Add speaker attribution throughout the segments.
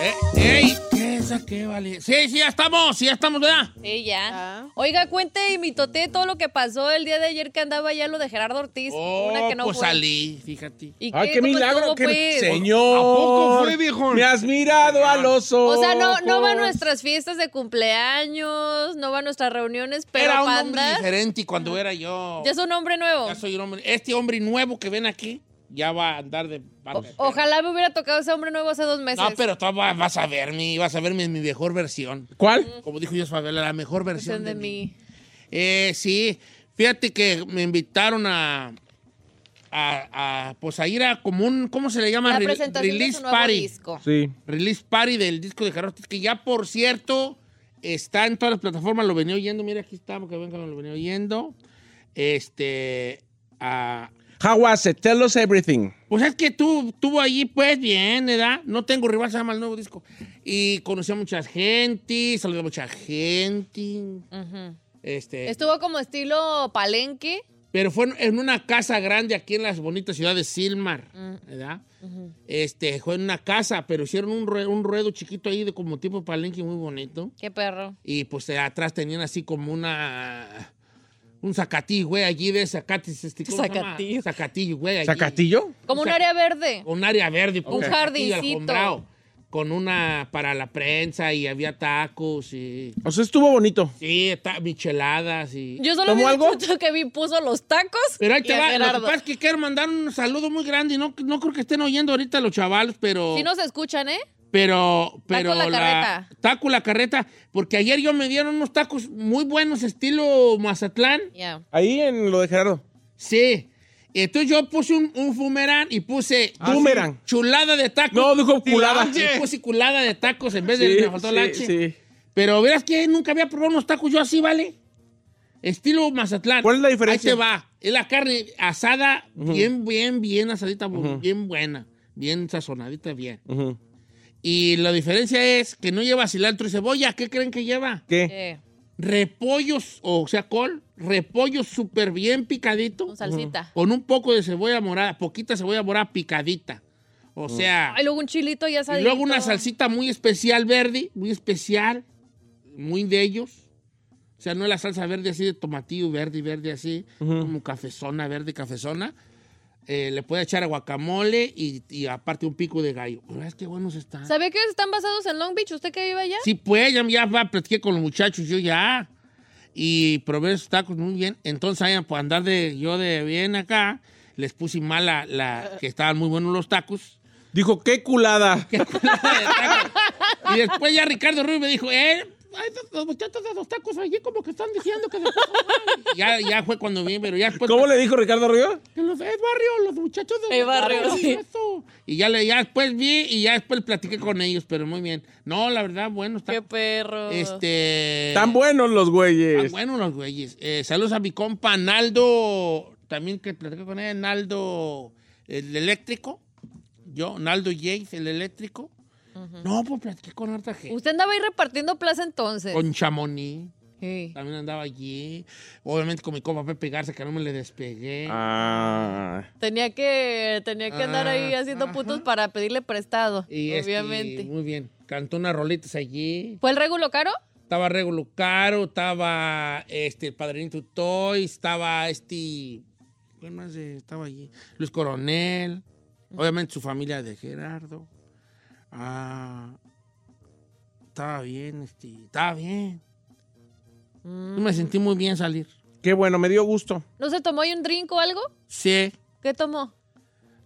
Speaker 1: Eh, ¡Ey! ¿Qué es esa que vale? Sí, sí, ya estamos, sí, ya estamos, ¿verdad?
Speaker 2: Sí, ya. Oiga, cuente y mitote todo lo que pasó el día de ayer que andaba ya lo de Gerardo Ortiz. una que no
Speaker 1: pues
Speaker 2: fue.
Speaker 1: salí, fíjate.
Speaker 2: ¿Y
Speaker 3: ¡Ay, qué
Speaker 2: ¿Cómo
Speaker 3: milagro!
Speaker 2: estuvo,
Speaker 3: Que...
Speaker 2: pues?
Speaker 3: ¡Señor!
Speaker 1: ¿A poco fue, viejo?
Speaker 3: ¡Me has mirado a los ojos!
Speaker 2: O sea, no, no
Speaker 1: Pues.
Speaker 2: va a nuestras fiestas de cumpleaños, no va a nuestras reuniones, pero
Speaker 1: era un hombre
Speaker 2: panda
Speaker 1: diferente cuando era yo.
Speaker 2: ¿Eh? ya es un hombre nuevo.
Speaker 1: Ya soy un hombre. Este hombre nuevo que ven aquí ya va a andar de. panda.
Speaker 2: Ojalá me hubiera tocado ese hombre nuevo hace dos meses.
Speaker 1: No, pero tú va- vas a verme, vas a verme en mi mejor versión.
Speaker 3: ¿Cuál?
Speaker 1: Como dijo yo Favela, la mejor versión
Speaker 2: Versión
Speaker 1: de,
Speaker 2: de
Speaker 1: mí.
Speaker 2: mí.
Speaker 1: Eh, sí, fíjate que me invitaron a, a, a, pues a ir a como un, ¿cómo se le llama?
Speaker 2: La
Speaker 1: Re-
Speaker 2: presentación de
Speaker 1: Release
Speaker 2: su nuevo
Speaker 1: Party.
Speaker 2: disco.
Speaker 3: Sí.
Speaker 1: Release Party del disco de Jarrotes, que ya por cierto está en todas las plataformas, lo venía oyendo, mira aquí está, porque venga, lo venía oyendo. Este, ah,
Speaker 3: How was it? Tell us everything.
Speaker 1: pues es que tú, tuvo allí, pues bien, ¿verdad? No tengo rival, se llama el nuevo disco. Y conocí a mucha gente, saludé a mucha gente.
Speaker 2: Ujú.
Speaker 1: Este,
Speaker 2: Estuvo como estilo palenque.
Speaker 1: Pero fue en- en una casa grande aquí en las bonitas ciudades de Silmar, ¿verdad? Este, fue en una casa, pero hicieron un, rue- un ruedo chiquito ahí de como tipo palenque muy bonito.
Speaker 2: Qué perro.
Speaker 1: Y pues eh, atrás tenían así como una. Un zacatí, güey, allí de zacatis. Este, ¿cómo se llama?
Speaker 2: Zacatillo.
Speaker 1: Zacatillo, güey. allí.
Speaker 3: ¿Zacatillo?
Speaker 2: Como un
Speaker 1: Usa-
Speaker 2: área verde.
Speaker 1: Un área verde. pues,
Speaker 2: Un
Speaker 1: zacatillo
Speaker 2: jardincito.
Speaker 1: alfombrado, Con una para la prensa y había tacos y.
Speaker 3: O sea, estuvo bonito.
Speaker 1: Sí, ta- micheladas y.
Speaker 2: Yo solo
Speaker 3: ¿Tomó
Speaker 2: vi
Speaker 3: algo?
Speaker 2: mucho que vi puso los tacos.
Speaker 1: Pero ahí te
Speaker 2: y a
Speaker 1: va. Lo que
Speaker 2: Gerardo.
Speaker 1: pasa es que quiero mandar un saludo muy grande. y No, no creo que estén oyendo ahorita los chavales, pero.
Speaker 2: Si nos escuchan, ¿eh?
Speaker 1: pero, pero.
Speaker 2: Taco la carreta.
Speaker 1: Taco la carreta. Porque ayer yo me dieron unos tacos muy buenos, estilo Mazatlán.
Speaker 2: Ya.
Speaker 3: Ahí en lo de Gerardo.
Speaker 1: Sí. Entonces yo puse un, un fumerán y puse.
Speaker 3: Ah, Boomerang.
Speaker 1: sí, Chulada de tacos.
Speaker 3: No, dijo culada.
Speaker 1: Y puse culada de tacos en vez de. me faltó la H.
Speaker 3: sí.
Speaker 1: Pero verás que nunca había probado unos tacos yo así, ¿vale? Estilo Mazatlán.
Speaker 3: ¿Cuál es la diferencia?
Speaker 1: Ahí te va. Es la carne asada, bien, bien, bien asadita, bu- bien buena, bien sazonadita, bien.
Speaker 3: Ujú.
Speaker 1: Y la diferencia es que no lleva cilantro y cebolla. ¿Qué creen que lleva?
Speaker 3: ¿Qué?
Speaker 2: Eh,
Speaker 1: Repollos, o sea, col, repollos súper bien picadito,
Speaker 2: con salsita.
Speaker 1: con un poco de cebolla morada, poquita cebolla morada picadita. O sea,
Speaker 2: Ay, luego un chilito ya
Speaker 1: y
Speaker 2: sabes.
Speaker 1: luego una salsita muy especial verde, muy especial, muy de ellos. O sea, no es la salsa verde así de tomatillo, verde, verde así, como cafezona, verde, cafezona. Eh, le puede echar a guacamole y, y aparte un pico de gallo. Pero es que buenos están.
Speaker 2: ¿Sabía que están basados en Long Beach? ¿Usted que vive allá?
Speaker 1: Ah. Sí, pues, ya, ya va, platiqué con los muchachos, yo ya. Y probé esos tacos muy bien. Entonces, allá, por andar de, yo de bien acá, les puse mal la, la- que estaban muy buenos los tacos.
Speaker 3: Dijo, qué culada.
Speaker 1: Qué culada de taco. y después ya Ricardo Rubio me dijo, eh, ay, los- los muchachos de los tacos allí como que están diciendo que... se pasan mal". ya, ya fue cuando vi, pero ya después...
Speaker 3: ¿Cómo le dijo Ricardo Río?
Speaker 1: Que los, es barrio, los muchachos de... los
Speaker 2: Es barrio,
Speaker 1: barrios,
Speaker 2: sí.
Speaker 1: eso. Y ya, le, ya después vi y ya después platiqué con ellos, pero muy bien. No, la verdad, bueno, está...
Speaker 2: Qué perro.
Speaker 1: Este...
Speaker 3: Tan buenos los
Speaker 1: Tan
Speaker 3: güeyes.
Speaker 1: buenos los güeyes. Eh, saludos a mi compa Naldo, también que platiqué con él, Naldo el eléctrico. Yo, Naldo Yates, el eléctrico. No, pues platiqué con harta gente.
Speaker 2: Usted andaba ahí repartiendo plaza entonces.
Speaker 1: Con Chamonix.
Speaker 2: Sí.
Speaker 1: También andaba allí. Obviamente con mi copa Pepe Garza, que no me le despegué.
Speaker 3: Ah.
Speaker 2: Tenía que, tenía que andar ahí
Speaker 1: Ah,
Speaker 2: haciendo
Speaker 1: ajá.
Speaker 2: putos para pedirle prestado.
Speaker 1: y este,
Speaker 2: obviamente.
Speaker 1: muy bien. Cantó unas rolitas allí.
Speaker 2: ¿Fue el regulo caro?
Speaker 1: Estaba Regulo Caro, estaba este, el Padrinito Toy, estaba este. ¿Quién más eh, estaba allí? Luis Coronel. Obviamente su familia de Gerardo. Ah, estaba bien, este, estaba bien. Yo me sentí muy bien salir.
Speaker 3: Qué bueno, me dio gusto.
Speaker 2: ¿No se tomó ahí un drink o algo?
Speaker 1: Sí,
Speaker 2: ¿Qué tomó?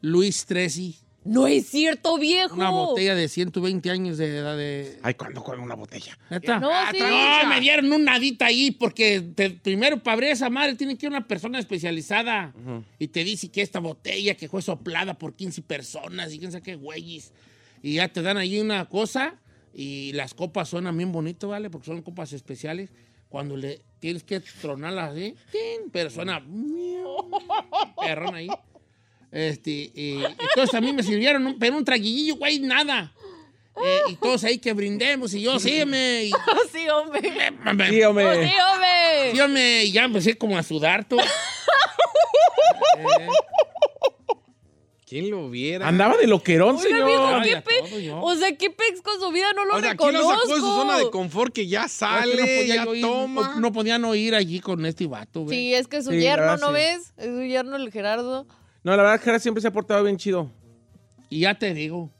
Speaker 1: Luis Tresi.
Speaker 2: No es cierto, viejo.
Speaker 1: Una botella de 120 años de edad de...
Speaker 3: Ay, ¿cuándo con una botella?
Speaker 1: ¿Neta?
Speaker 2: No,
Speaker 1: Ah,
Speaker 2: sí.
Speaker 1: tra- no, me dieron un nadita ahí porque te- primero para abrir esa madre tiene que ir una persona especializada y te dice que esta botella que fue soplada por 15 personas y quién sabe qué güeyes. Y ya te dan ahí una cosa y las copas suenan bien bonito, ¿vale? Porque son copas especiales. Cuando le tienes que tronarlas así, ¡tin! pero suena perrón ahí. Este, y- entonces a mí me sirvieron, un- pero un traguillillo, güey, nada. Eh, y todos ahí que brindemos, y yo, sí, me. y-
Speaker 2: Oh, sí, hombre. Oh,
Speaker 1: me- me-
Speaker 3: Sí, hombre.
Speaker 2: Sí, hombre.
Speaker 1: yo me ya empecé como a sudar Eh. tú.
Speaker 4: ¿Quién lo viera?
Speaker 3: Andaba de loquerón,
Speaker 2: Oiga, viejo,
Speaker 3: señor.
Speaker 2: ¿qué
Speaker 1: Ay, a
Speaker 2: pe-
Speaker 1: todo yo.
Speaker 2: O sea, ¿qué pex con su vida? No lo
Speaker 4: O sea, ¿quién lo
Speaker 2: reconozco.
Speaker 4: sacó de su zona de confort que ya sale, ya
Speaker 1: yo ir,
Speaker 4: toma?
Speaker 1: no- no podía no ir allí con este vato, güey. ah,
Speaker 2: Sí, eh. es que es su
Speaker 3: Sí, la
Speaker 2: yerno,
Speaker 3: verdad,
Speaker 2: ¿no
Speaker 3: sí.
Speaker 2: ves? Es su yerno el Gerardo.
Speaker 3: No, la verdad es que siempre se ha portado bien chido.
Speaker 1: Y ya te digo.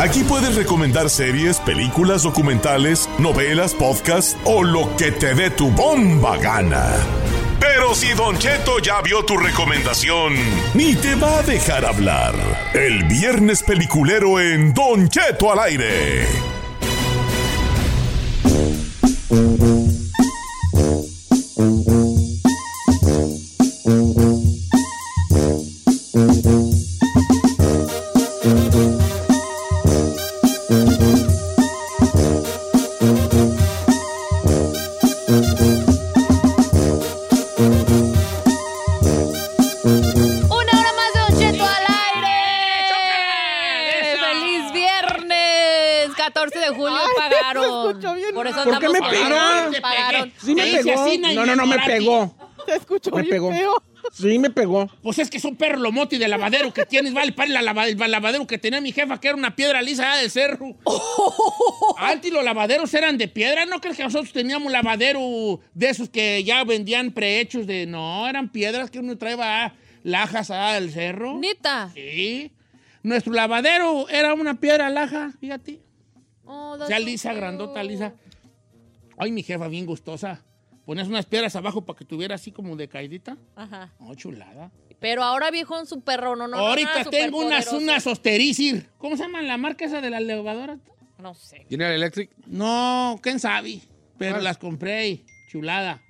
Speaker 5: Aquí puedes recomendar series, películas, documentales, novelas, podcasts o lo que te dé tu bomba gana. Pero si Don Cheto ya vio tu recomendación, ni te va a dejar hablar. El viernes peliculero en Don Cheto al aire.
Speaker 2: Una hora más de Don Cheto al aire. ¡Feliz viernes! 14 de julio pagaron. Por eso
Speaker 3: ¿Por qué
Speaker 2: andamos
Speaker 3: me pega?
Speaker 2: pagaron,
Speaker 1: Te pegué.
Speaker 2: pagaron.
Speaker 3: Sí me
Speaker 1: Te hice
Speaker 3: pegó.
Speaker 1: así,
Speaker 3: No, no, no, me
Speaker 1: ignorante.
Speaker 3: pegó.
Speaker 6: Te escucho
Speaker 3: Me
Speaker 6: bien
Speaker 3: pegó.
Speaker 6: feo.
Speaker 3: Sí me pegó.
Speaker 1: Pues es que es un perro lomote de lavadero que tienes, vale, para el lava- el lavadero que tenía mi jefa, que era una piedra lisa ah, de cerro. Antes los lavaderos eran de piedra, ¿no crees que nosotros teníamos lavadero de esos que ya vendían prehechos de... No, eran piedras que uno traía ah, lajas ah, del cerro.
Speaker 2: Nita.
Speaker 1: Sí. Nuestro lavadero era una piedra laja, fíjate.
Speaker 2: Oh,
Speaker 1: O
Speaker 2: that's
Speaker 1: sea,
Speaker 2: so
Speaker 1: lisa,
Speaker 2: cute.
Speaker 1: grandota, lisa. Ay, mi jefa, bien gustosa. Ponías unas piedras abajo para que tuviera así como de caidita.
Speaker 2: Ajá.
Speaker 1: Oh, chulada.
Speaker 2: Pero ahora viejo en su perro, no, no.
Speaker 1: Ahorita
Speaker 2: nada
Speaker 1: tengo unas,
Speaker 2: superpoderoso.
Speaker 1: unas ostericir. ¿Cómo se llaman la marca esa de la levadora?
Speaker 2: No sé.
Speaker 4: General Electric.
Speaker 1: No, quién sabe. Pero las compré y chulada.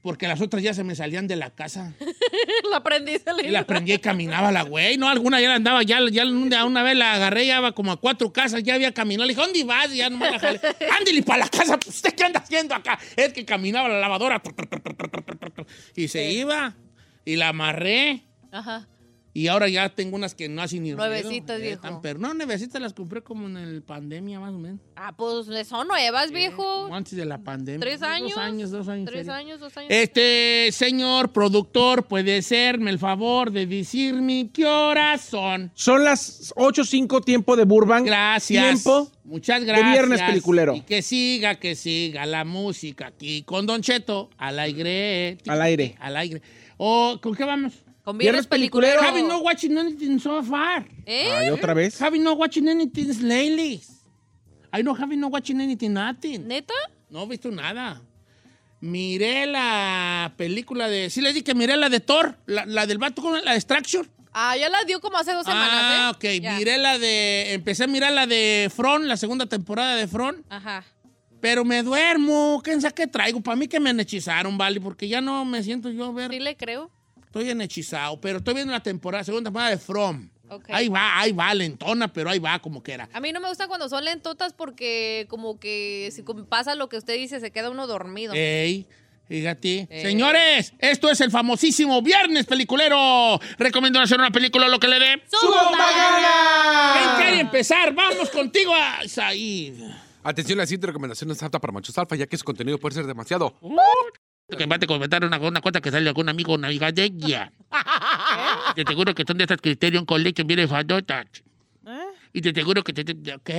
Speaker 1: Porque las otras ya se me salían de la casa.
Speaker 2: La aprendí, se le
Speaker 1: Y la prendí y caminaba la güey. No, alguna ya la andaba, ya, ya una, una vez la agarré, ya va como a cuatro casas, ya había caminado. Le dije, ¿dónde vas? Y ya nomás la jalé. Ándele para la casa, pues, ¿usted qué anda haciendo acá? Es que caminaba la lavadora. Y se iba. Y la amarré.
Speaker 2: Ajá.
Speaker 1: Y ahora ya tengo unas que no hacen ni ruido.
Speaker 2: Nuevecitas,
Speaker 1: Eh,
Speaker 2: viejo.
Speaker 1: tan- Pero no, nuevecitas las compré como en el pandemia, más o menos.
Speaker 2: Ah, pues son nuevas, viejo.
Speaker 1: Como antes de la pandemia.
Speaker 2: Tres años.
Speaker 1: Dos años, dos años.
Speaker 2: Tres
Speaker 1: sería.
Speaker 2: años, dos años.
Speaker 1: Este señor productor puede serme el favor de decirme qué horas son.
Speaker 3: Son las 8.05 tiempo de Burbank.
Speaker 1: Gracias.
Speaker 3: Tiempo.
Speaker 1: Muchas gracias.
Speaker 3: viernes peliculero.
Speaker 1: Y que siga, que siga la música aquí con Don Cheto al aire.
Speaker 3: Al aire.
Speaker 1: Al aire. O, ¿con qué vamos?
Speaker 2: Con
Speaker 3: Viernes
Speaker 2: viernes peliculero.
Speaker 1: Javi no watching anything so far.
Speaker 2: ¿Eh?
Speaker 3: Ay, otra vez.
Speaker 1: Javi no watching anything lately. I no Javi no watching anything nothing.
Speaker 2: ¿Neta?
Speaker 1: No he visto nada. Miré la película de... Sí les dije que miré la de Thor, la, la del vato con la Extraction.
Speaker 2: Ah, ya la dio como hace dos semanas,
Speaker 1: ah,
Speaker 2: ¿eh?
Speaker 1: ok.
Speaker 2: Ya.
Speaker 1: Miré la de... Empecé a mirar la de Front, la segunda temporada de Front.
Speaker 2: Ajá.
Speaker 1: Pero me duermo, ¿quién sabe qué traigo? Para mí que me hechizaron, ¿vale? Porque ya no me siento yo a
Speaker 2: Sí
Speaker 1: ver.
Speaker 2: le creo.
Speaker 1: Estoy enhechizado, pero estoy viendo la temporada, segunda temporada de From.
Speaker 2: Ok.
Speaker 1: Ahí va, ahí va, lentona, pero ahí va como quiera.
Speaker 2: A mí no me gusta cuando son lentotas porque como que si com- pasa lo que usted dice, se queda uno dormido.
Speaker 3: Eh.
Speaker 1: Ey, fíjate.
Speaker 2: Ey.
Speaker 1: Señores, esto es el famosísimo Viernes Peliculero. Recomendación a una película, lo que le dé. ¿Quién quiere empezar? Vamos contigo, a Said.
Speaker 4: Atención, la siguiente recomendación es apta para machos alfa, ya que su contenido puede ser demasiado.
Speaker 1: Que va a comentar una, una cosa que sale algún amigo navegante. ya. Te seguro que son de estas Criterion Collection, viene fandotas.
Speaker 2: ¿Eh?
Speaker 1: Y te seguro que te... te- ok.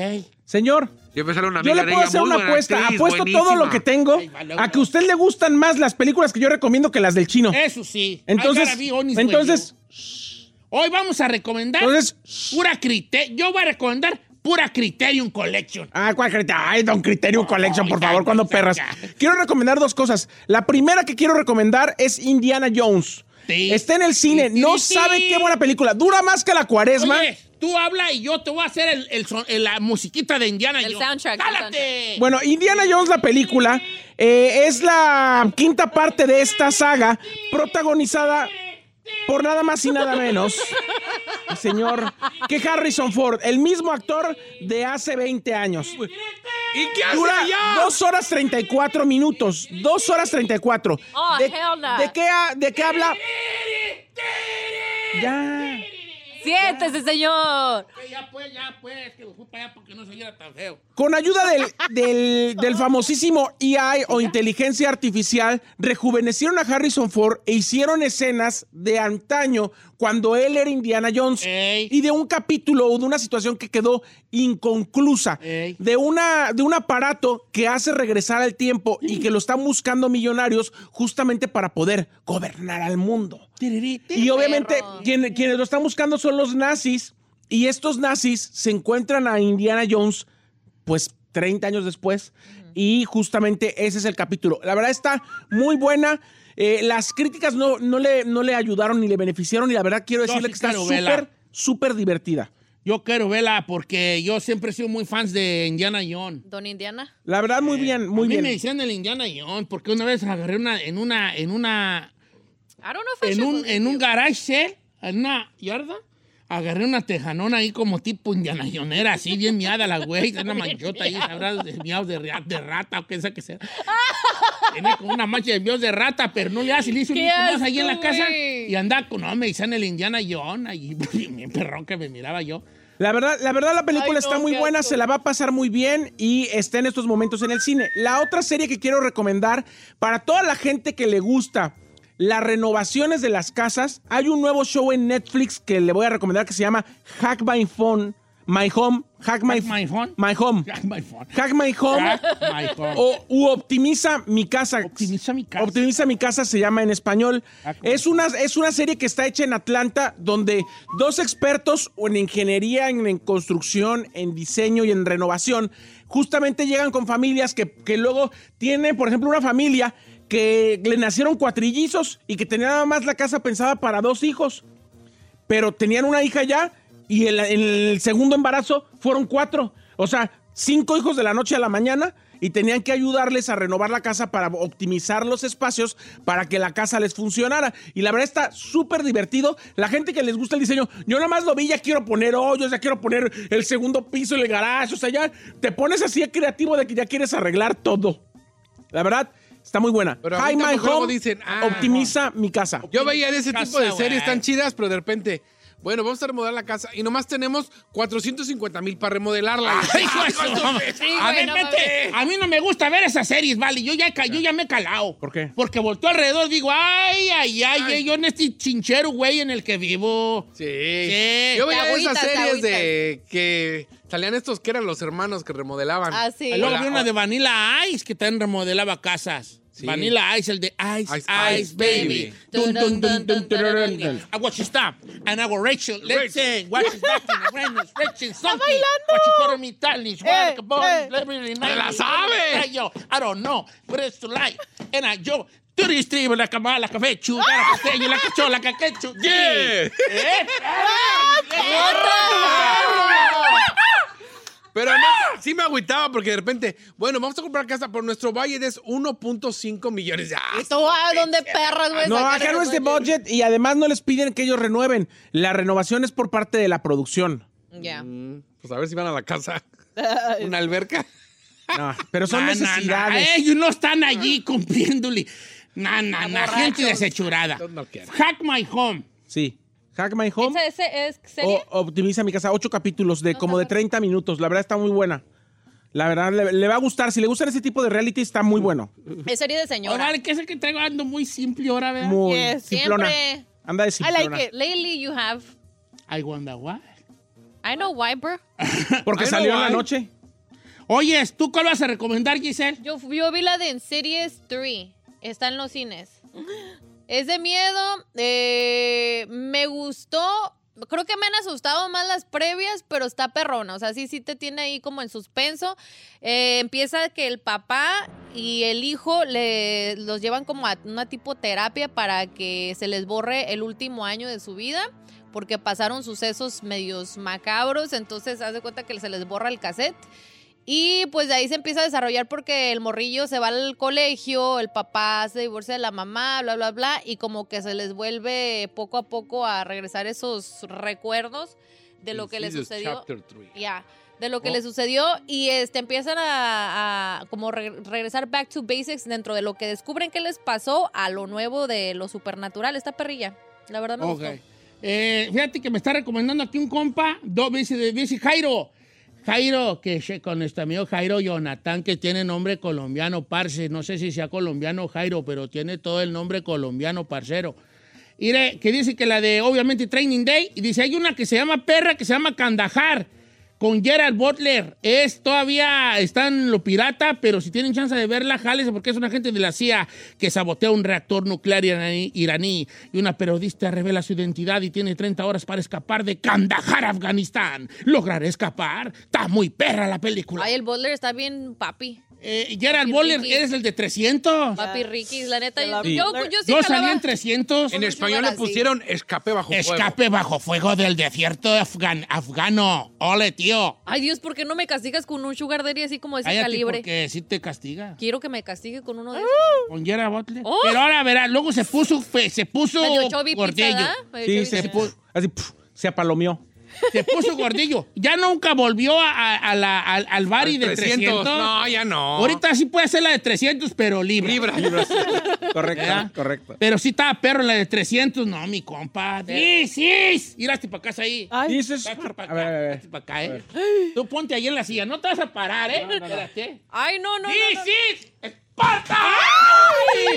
Speaker 3: Señor,
Speaker 4: Yo me sale una
Speaker 3: yo
Speaker 4: amiga
Speaker 3: le
Speaker 4: de
Speaker 3: puedo
Speaker 4: ella,
Speaker 3: hacer
Speaker 4: muy
Speaker 3: una
Speaker 4: buena
Speaker 3: apuesta.
Speaker 4: actriz,
Speaker 3: Apuesto todo
Speaker 4: buenísima.
Speaker 3: lo que tengo
Speaker 1: Ay, vale,
Speaker 3: a
Speaker 1: vale.
Speaker 3: que a usted le gustan más las películas que yo recomiendo que las del chino.
Speaker 1: Eso sí. I
Speaker 3: Entonces,
Speaker 1: gotta be honest with
Speaker 3: entonces,
Speaker 1: you. Hoy vamos a recomendar
Speaker 3: entonces,
Speaker 1: pura criterio. Yo voy a recomendar pura Criterion Collection.
Speaker 3: Ah, ¿cuál criterio? Ay, Don Criterium Collection, por
Speaker 1: Ay,
Speaker 3: favor,
Speaker 1: ya,
Speaker 3: cuando
Speaker 1: ya,
Speaker 3: perras.
Speaker 1: ya.
Speaker 3: Quiero recomendar dos cosas. La primera que quiero recomendar es Indiana Jones.
Speaker 1: Sí.
Speaker 3: Está en el cine,
Speaker 1: Sí, sí,
Speaker 3: no
Speaker 1: sí.
Speaker 3: sabe qué buena película. Dura más que la cuaresma.
Speaker 1: Oye, tú habla y yo te voy a hacer el, el son- el- la musiquita de Indiana
Speaker 2: El
Speaker 1: Jones.
Speaker 2: soundtrack, el
Speaker 1: ¡Cálate!
Speaker 3: Bueno, Indiana Jones, la película, eh, es la quinta parte de esta saga protagonizada por nada más y nada menos. el Señor, que Harrison Ford, el mismo actor de hace 20 años.
Speaker 4: ¿Y qué hace
Speaker 3: Dura
Speaker 4: allá?
Speaker 3: 2 horas 34 minutos. 2 horas 34.
Speaker 2: Oh,
Speaker 3: ¿De,
Speaker 2: hell no.
Speaker 3: de qué, ha- ¿De qué habla? Ya.
Speaker 2: Sí, Siéntese, señor.
Speaker 1: Ya pues, ya pues, que lo fui para allá porque no se oyera tan feo.
Speaker 3: Con ayuda del, del- del famosísimo EI o inteligencia artificial, rejuvenecieron a Harrison Ford e hicieron escenas de antaño cuando él era Indiana Jones
Speaker 1: Ey.
Speaker 3: y de un capítulo o de una situación que quedó inconclusa,
Speaker 1: Ey.
Speaker 3: de, una, de un aparato que hace regresar al tiempo y que lo están buscando millonarios justamente para poder gobernar al mundo. Y obviamente quien- quienes lo están buscando son los nazis y estos nazis se encuentran a Indiana Jones pues 30 años después y justamente ese es el capítulo. La verdad está muy buena. Eh, las críticas no, no, le, no le ayudaron ni le beneficiaron y la verdad quiero
Speaker 1: Yo
Speaker 3: decirle
Speaker 1: sí
Speaker 3: que está
Speaker 1: quiero verla.
Speaker 3: súper, súper divertida.
Speaker 1: Yo quiero verla porque yo siempre he sido muy fan de Indiana Jones.
Speaker 2: Don Indiana.
Speaker 3: La verdad muy bien, muy
Speaker 1: Eh, a mí
Speaker 3: bien.
Speaker 1: me decían el Indiana Jones porque una vez agarré una, en una, en una,
Speaker 2: I don't know if I
Speaker 1: en
Speaker 2: should
Speaker 1: un,
Speaker 2: believe
Speaker 1: en un
Speaker 2: you.
Speaker 1: garage sale, en una yarda, agarré una tejanona ahí como tipo indiana Jonesera, así bien miada la güey, una manchota ahí, sabrás, de miados de, ria- de rata o qué sea que sea. Tiene como una mancha de miados de rata, pero no le hace, le hizo un
Speaker 2: ¡Qué
Speaker 1: hijo más ahí en la
Speaker 2: asco,
Speaker 1: casa
Speaker 2: güey!
Speaker 1: y andaba con, no, me dicen el Indiana Jones, ahí, bien perrón que me miraba yo.
Speaker 3: La verdad, la verdad la película
Speaker 2: Ay, no,
Speaker 3: está muy
Speaker 2: qué
Speaker 3: buena,
Speaker 2: asco.
Speaker 3: se la va a pasar muy bien y está en estos momentos en el cine. La otra serie que quiero recomendar para toda la gente que le gusta las renovaciones de las casas, hay un nuevo show en Netflix que le voy a recomendar que se llama Hack My Phone, My Home, Hack My,
Speaker 1: Hack My Phone.
Speaker 3: My Home,
Speaker 1: Crack my phone.
Speaker 3: Hack My Home
Speaker 1: Crack my phone.
Speaker 3: o u Optimiza mi casa.
Speaker 1: Optimiza mi casa.
Speaker 3: Optimiza mi casa se llama en español.
Speaker 1: Ah, cómo.
Speaker 3: Es una, es una serie que está hecha en Atlanta donde dos expertos en ingeniería, en, en construcción, en diseño y en renovación, justamente llegan con familias que, que luego tienen, por ejemplo, una familia que le nacieron cuatrillizos y que tenía nada más la casa pensada para dos hijos, pero tenían una hija ya y en, la- en el segundo embarazo fueron cuatro. O sea, cinco hijos de la noche a la mañana y tenían que ayudarles a renovar la casa para optimizar los espacios para que la casa les funcionara. Y la verdad está súper divertido. La gente que les gusta el diseño, yo nada más lo vi, ya quiero poner hoyos, ya quiero poner el segundo piso, el garage, o sea, ya te pones así creativo de que ya quieres arreglar todo. La verdad, está muy buena.
Speaker 4: Pero
Speaker 3: Hi,
Speaker 4: ahorita
Speaker 3: my
Speaker 4: pues luego
Speaker 3: home
Speaker 4: dicen, ah,
Speaker 3: optimiza mi casa.
Speaker 4: Yo veía de ese
Speaker 1: Casa,
Speaker 4: tipo de
Speaker 1: güey.
Speaker 4: series tan chidas, pero de repente, bueno, vamos a remodelar la casa y nomás tenemos 450 mil para remodelarla.
Speaker 1: Ay, hijo de su mamá. a
Speaker 2: güey,
Speaker 1: ver,
Speaker 2: no
Speaker 1: vete. A mí no me gusta ver esas series, vale. Yo ya, ca- yo ya me he calado.
Speaker 3: ¿Por qué?
Speaker 1: Porque volteo alrededor y digo, ay, ay, ay,
Speaker 4: Ay.
Speaker 1: yo en este chinchero, güey, en el que vivo.
Speaker 4: Sí.
Speaker 1: Sí.
Speaker 4: Yo veía
Speaker 2: Te agüitas,
Speaker 4: esas
Speaker 2: te
Speaker 4: series de que salían estos que eran los hermanos que remodelaban.
Speaker 2: Ah, sí.
Speaker 1: Y luego
Speaker 4: Hola,
Speaker 1: vi una
Speaker 4: oh.
Speaker 1: de Vanilla Ice que también remodelaba casas.
Speaker 4: Sí.
Speaker 1: Vanilla Ice, el de Ice, Ice,
Speaker 4: Ice, Ice
Speaker 1: Baby.
Speaker 4: Baby.
Speaker 1: Dun, dun, dun, dun, dun, dun, dun. I watch you stop. And I will Rachel. Let's
Speaker 4: Rachel.
Speaker 1: sing. Watch you stop. Rachel, Rachel, something. Watch you call me Italian.
Speaker 2: Eh,
Speaker 1: Work, boy, liberty,
Speaker 4: ¡Te la
Speaker 1: night,
Speaker 4: sabe!
Speaker 1: night, yo. I don't know, but it's tonight. And I yo. Dirty stream, la cama, la café, chu, la
Speaker 2: Ah.
Speaker 1: costeño, la cachola, la caquechu.
Speaker 4: Yeah.
Speaker 1: ¿Eh?
Speaker 4: Pero no, sí me agüitaba porque de repente, bueno, vamos a comprar casa por nuestro budget es 1.5 millones. Ya.
Speaker 2: Tú, ah, ¿dónde perras, güey?
Speaker 3: No,
Speaker 2: sacar
Speaker 3: acá no es
Speaker 2: ese
Speaker 3: de budget y además no les piden que ellos renueven. La renovación es por parte de la producción.
Speaker 2: Ya.
Speaker 4: Pues a ver si van a la casa. Una alberca.
Speaker 3: No, pero son
Speaker 1: Na, na, na.
Speaker 3: necesidades.
Speaker 1: Ellos no están allí cumpliéndole. Na, na, na, gente desechurada.
Speaker 4: Entonces no quiero.
Speaker 1: Hack My Home.
Speaker 3: Sí. Hack My Home
Speaker 2: ¿Esa ese es serie?
Speaker 3: o Optimiza mi casa. Ocho capítulos de como de 30 minutos. La verdad está muy buena. La verdad le, le va a gustar. Si le gustan ese tipo de reality, está muy bueno.
Speaker 2: Es serie de
Speaker 1: Ahora,
Speaker 2: señora.
Speaker 1: vale, que es el que traigo ando muy simple ahora, ¿verdad?
Speaker 3: Muy
Speaker 2: Yes,
Speaker 3: simplona.
Speaker 2: siempre.
Speaker 3: Anda de
Speaker 2: I
Speaker 3: simplona.
Speaker 2: like it. Lately you have.
Speaker 1: I wonder why.
Speaker 2: I know why, bro.
Speaker 3: Porque
Speaker 4: I know
Speaker 3: salió en la
Speaker 4: why.
Speaker 3: noche.
Speaker 1: Oye, ¿tú cuál vas a recomendar, Giselle?
Speaker 2: Yo, yo vi la de En Series 3. Está en los cines. Es de miedo. eh, me gustó. Creo que me han asustado más las previas, pero está perrona. O sea, sí, sí te tiene ahí como en suspenso. Eh, empieza que el papá y el hijo le, los llevan como a una tipo terapia para que se les borre el último año de su vida, porque pasaron sucesos medios macabros. Entonces, haz de cuenta que se les borra el cassette. Y pues de ahí se empieza a desarrollar porque el morrillo se va al colegio, el papá se divorcia de la mamá, bla, bla, bla, y como que se les vuelve poco a poco a regresar esos recuerdos de lo que les
Speaker 4: Jesus
Speaker 2: sucedió.
Speaker 4: chapter three.
Speaker 2: Ya, de lo que
Speaker 4: Oh.
Speaker 2: le sucedió y este, empiezan a, a como re- regresar back to basics dentro de lo que descubren que les pasó a lo nuevo de lo supernatural, esta perrilla. La verdad me
Speaker 1: Ok.
Speaker 2: gustó.
Speaker 1: Eh, fíjate que me está recomendando aquí un compa, do- me dice, me dice Jairo. Jairo, que se- con nuestro amigo Jairo Jonathan, que tiene nombre colombiano, parce. No sé si sea colombiano o Jairo, pero tiene todo el nombre colombiano, parcero. Mire, que dice que la de, obviamente, Training Day. Y dice, hay una que se llama Perra, que se llama Kandahar, con Gerard Butler. Es todavía, están lo pirata, pero si tienen chance de verla, jálese, porque es una gente de la CIA que sabotea un reactor nuclear iraní, iraní. Y una periodista revela su identidad y tiene 30 horas para escapar de Kandahar, Afganistán. ¿Logrará escapar? Está muy perra la película.
Speaker 2: Ay, el Butler está bien papi.
Speaker 1: Eh, Gerard Butler,
Speaker 2: Ricky.
Speaker 1: ¿eres el de 300?
Speaker 2: Papi Ricky, la neta. Yo,
Speaker 3: Sí.
Speaker 2: yo, yo sí
Speaker 1: Yo salí
Speaker 2: jalaba-
Speaker 1: en 300.
Speaker 4: En español le
Speaker 2: Ahora sí.
Speaker 4: pusieron escape bajo fuego.
Speaker 1: Escape bajo fuego del desierto afgan- afgano. Ole, tío.
Speaker 2: Ay, Dios, ¿por qué no me castigas con un sugar daddy así como de ese
Speaker 1: Cállate
Speaker 2: Pues calibre?
Speaker 1: porque sí te castiga.
Speaker 2: Quiero que me castigue con uno de esos.
Speaker 1: Con Gerard Butler.
Speaker 2: Oh.
Speaker 1: Pero ahora verás, luego se puso, fe- se puso
Speaker 2: Medio chovi pizza,
Speaker 1: gordillo.
Speaker 2: ¿verdad? Medio
Speaker 3: Sí,
Speaker 2: chubby
Speaker 3: se,
Speaker 2: pizza.
Speaker 3: pu- así, pf, se apalomió.
Speaker 1: Se puso gordillo. Ya nunca volvió a, a- a la- al, al bar y de 300.
Speaker 4: No, ya no.
Speaker 1: Ahorita sí puede hacer la de 300, pero libre.
Speaker 4: Libra.
Speaker 3: Correcto,
Speaker 1: ¿Verdad?
Speaker 3: correcto.
Speaker 1: Pero sí estaba perro la de 300. No, mi compa. Sí, sí. Miraste para casa ahí.
Speaker 3: Dices, a
Speaker 1: Hazte para
Speaker 3: ver, a ver,
Speaker 1: acá,
Speaker 3: a
Speaker 1: hazte
Speaker 3: ver.
Speaker 1: para acá, eh. Tú ponte ahí en la silla, no te vas a parar, ¿eh? Espérate.
Speaker 2: Ay, no, no, no,
Speaker 1: ¡Sí,
Speaker 2: no.
Speaker 1: sí! ¡Esparta! ¡Ay!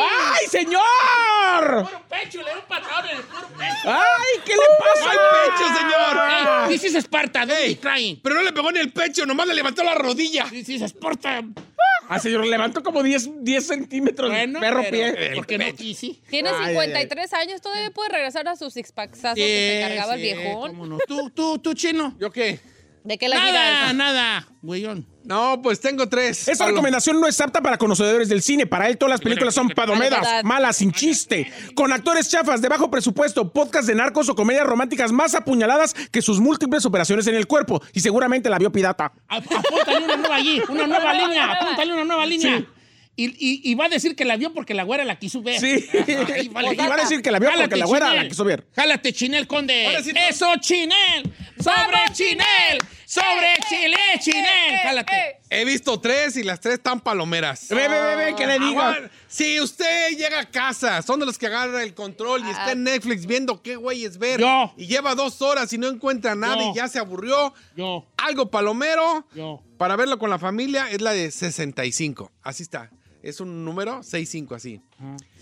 Speaker 3: ¡Ay, señor!
Speaker 1: ¡Puro pecho! Le dio un patadón en el puro pecho.
Speaker 3: ¡Ay, qué le pasa Ah.
Speaker 4: ¡Ay,
Speaker 3: al
Speaker 4: pecho, señor!
Speaker 1: This is Esparta, don't be crying.
Speaker 4: Pero no le pegó en el pecho, nomás le levantó la rodilla.
Speaker 1: This is Esparta.
Speaker 3: Ah, señor, levantó como 10, 10 centímetros de
Speaker 1: Bueno,
Speaker 3: perro
Speaker 1: pero-
Speaker 3: pie.
Speaker 1: ¿Por qué no quise?
Speaker 2: Tiene
Speaker 3: Ay, ay, ay.
Speaker 2: 53 años, todavía puede regresar a sus six que se cargaba el viejón.
Speaker 1: cómo no. Tú, tú, tú, chino.
Speaker 4: ¿Yo qué?
Speaker 2: ¿De qué la
Speaker 1: Nada,
Speaker 2: gira?
Speaker 1: nada, güeyón.
Speaker 4: No, pues tengo tres.
Speaker 3: Esa
Speaker 4: Pablo.
Speaker 3: recomendación no es apta para conocedores del cine. Para él todas las películas son padomedas,
Speaker 2: Verdad.
Speaker 3: malas, sin chiste, con actores chafas, de bajo presupuesto, podcast de narcos o comedias románticas más apuñaladas que sus múltiples operaciones en el cuerpo. Y seguramente la vio pirata.
Speaker 1: A- Apúntale una nueva allí, una nueva línea,
Speaker 2: nueva.
Speaker 1: apúntale una nueva línea. Y, y- y va a decir que la vio porque la güera la quiso ver.
Speaker 3: Sí.
Speaker 1: Ay, vale.
Speaker 3: Y va a decir que la vio
Speaker 1: Jálate,
Speaker 3: porque la güera
Speaker 1: Chinel.
Speaker 3: la quiso ver.
Speaker 1: Jálate, Chinel, conde.
Speaker 4: Ahora sí, tú.
Speaker 1: ¡Eso, Chinel! ¡Sobre
Speaker 2: ¡Vamos,
Speaker 1: Chinel!
Speaker 2: Chinel!
Speaker 1: ¡Sobre
Speaker 2: Eh,
Speaker 1: Chile,
Speaker 2: eh,
Speaker 1: Chinel!
Speaker 2: eh,
Speaker 1: ¡Jálate!
Speaker 2: eh.
Speaker 4: He visto tres y las tres tan palomeras.
Speaker 3: Ve, ve, ve, ve, que le digo.
Speaker 4: Aguanta. Si usted llega a casa, son de los que agarra el control y está en
Speaker 3: Ah.
Speaker 4: Netflix viendo qué güey es ver.
Speaker 1: Yo.
Speaker 4: Y lleva dos horas y no encuentra nada
Speaker 1: Yo.
Speaker 4: y ya se aburrió.
Speaker 1: Yo,
Speaker 4: Algo palomero
Speaker 1: yo.
Speaker 4: para verlo con la familia es la de 65. Así está. Es un número 65 así.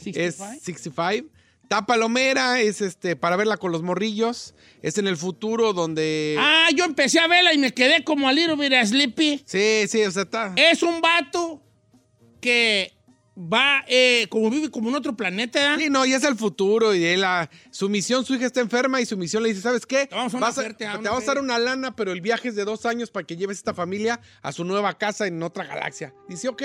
Speaker 4: Es 65. Está palomera, es este para verla con los morrillos. Es en el futuro donde.
Speaker 1: Ah, yo empecé a verla y me quedé como a little bit sleepy.
Speaker 4: Sí, sí, o sea, está.
Speaker 1: Es un vato que va, eh, como vive como en otro planeta, ¿verdad?
Speaker 4: Sí, no, y es el futuro. Y él, ah, su misión, su hija está enferma y su misión le dice, ¿sabes qué?
Speaker 1: Te vamos a
Speaker 4: Vas
Speaker 1: ofrecer, te
Speaker 4: te
Speaker 1: vamos a
Speaker 4: vamos a dar
Speaker 1: ofrecer".
Speaker 4: una lana, pero el viaje es de dos años para que lleves esta familia a su nueva casa en otra galaxia. Dice, ok,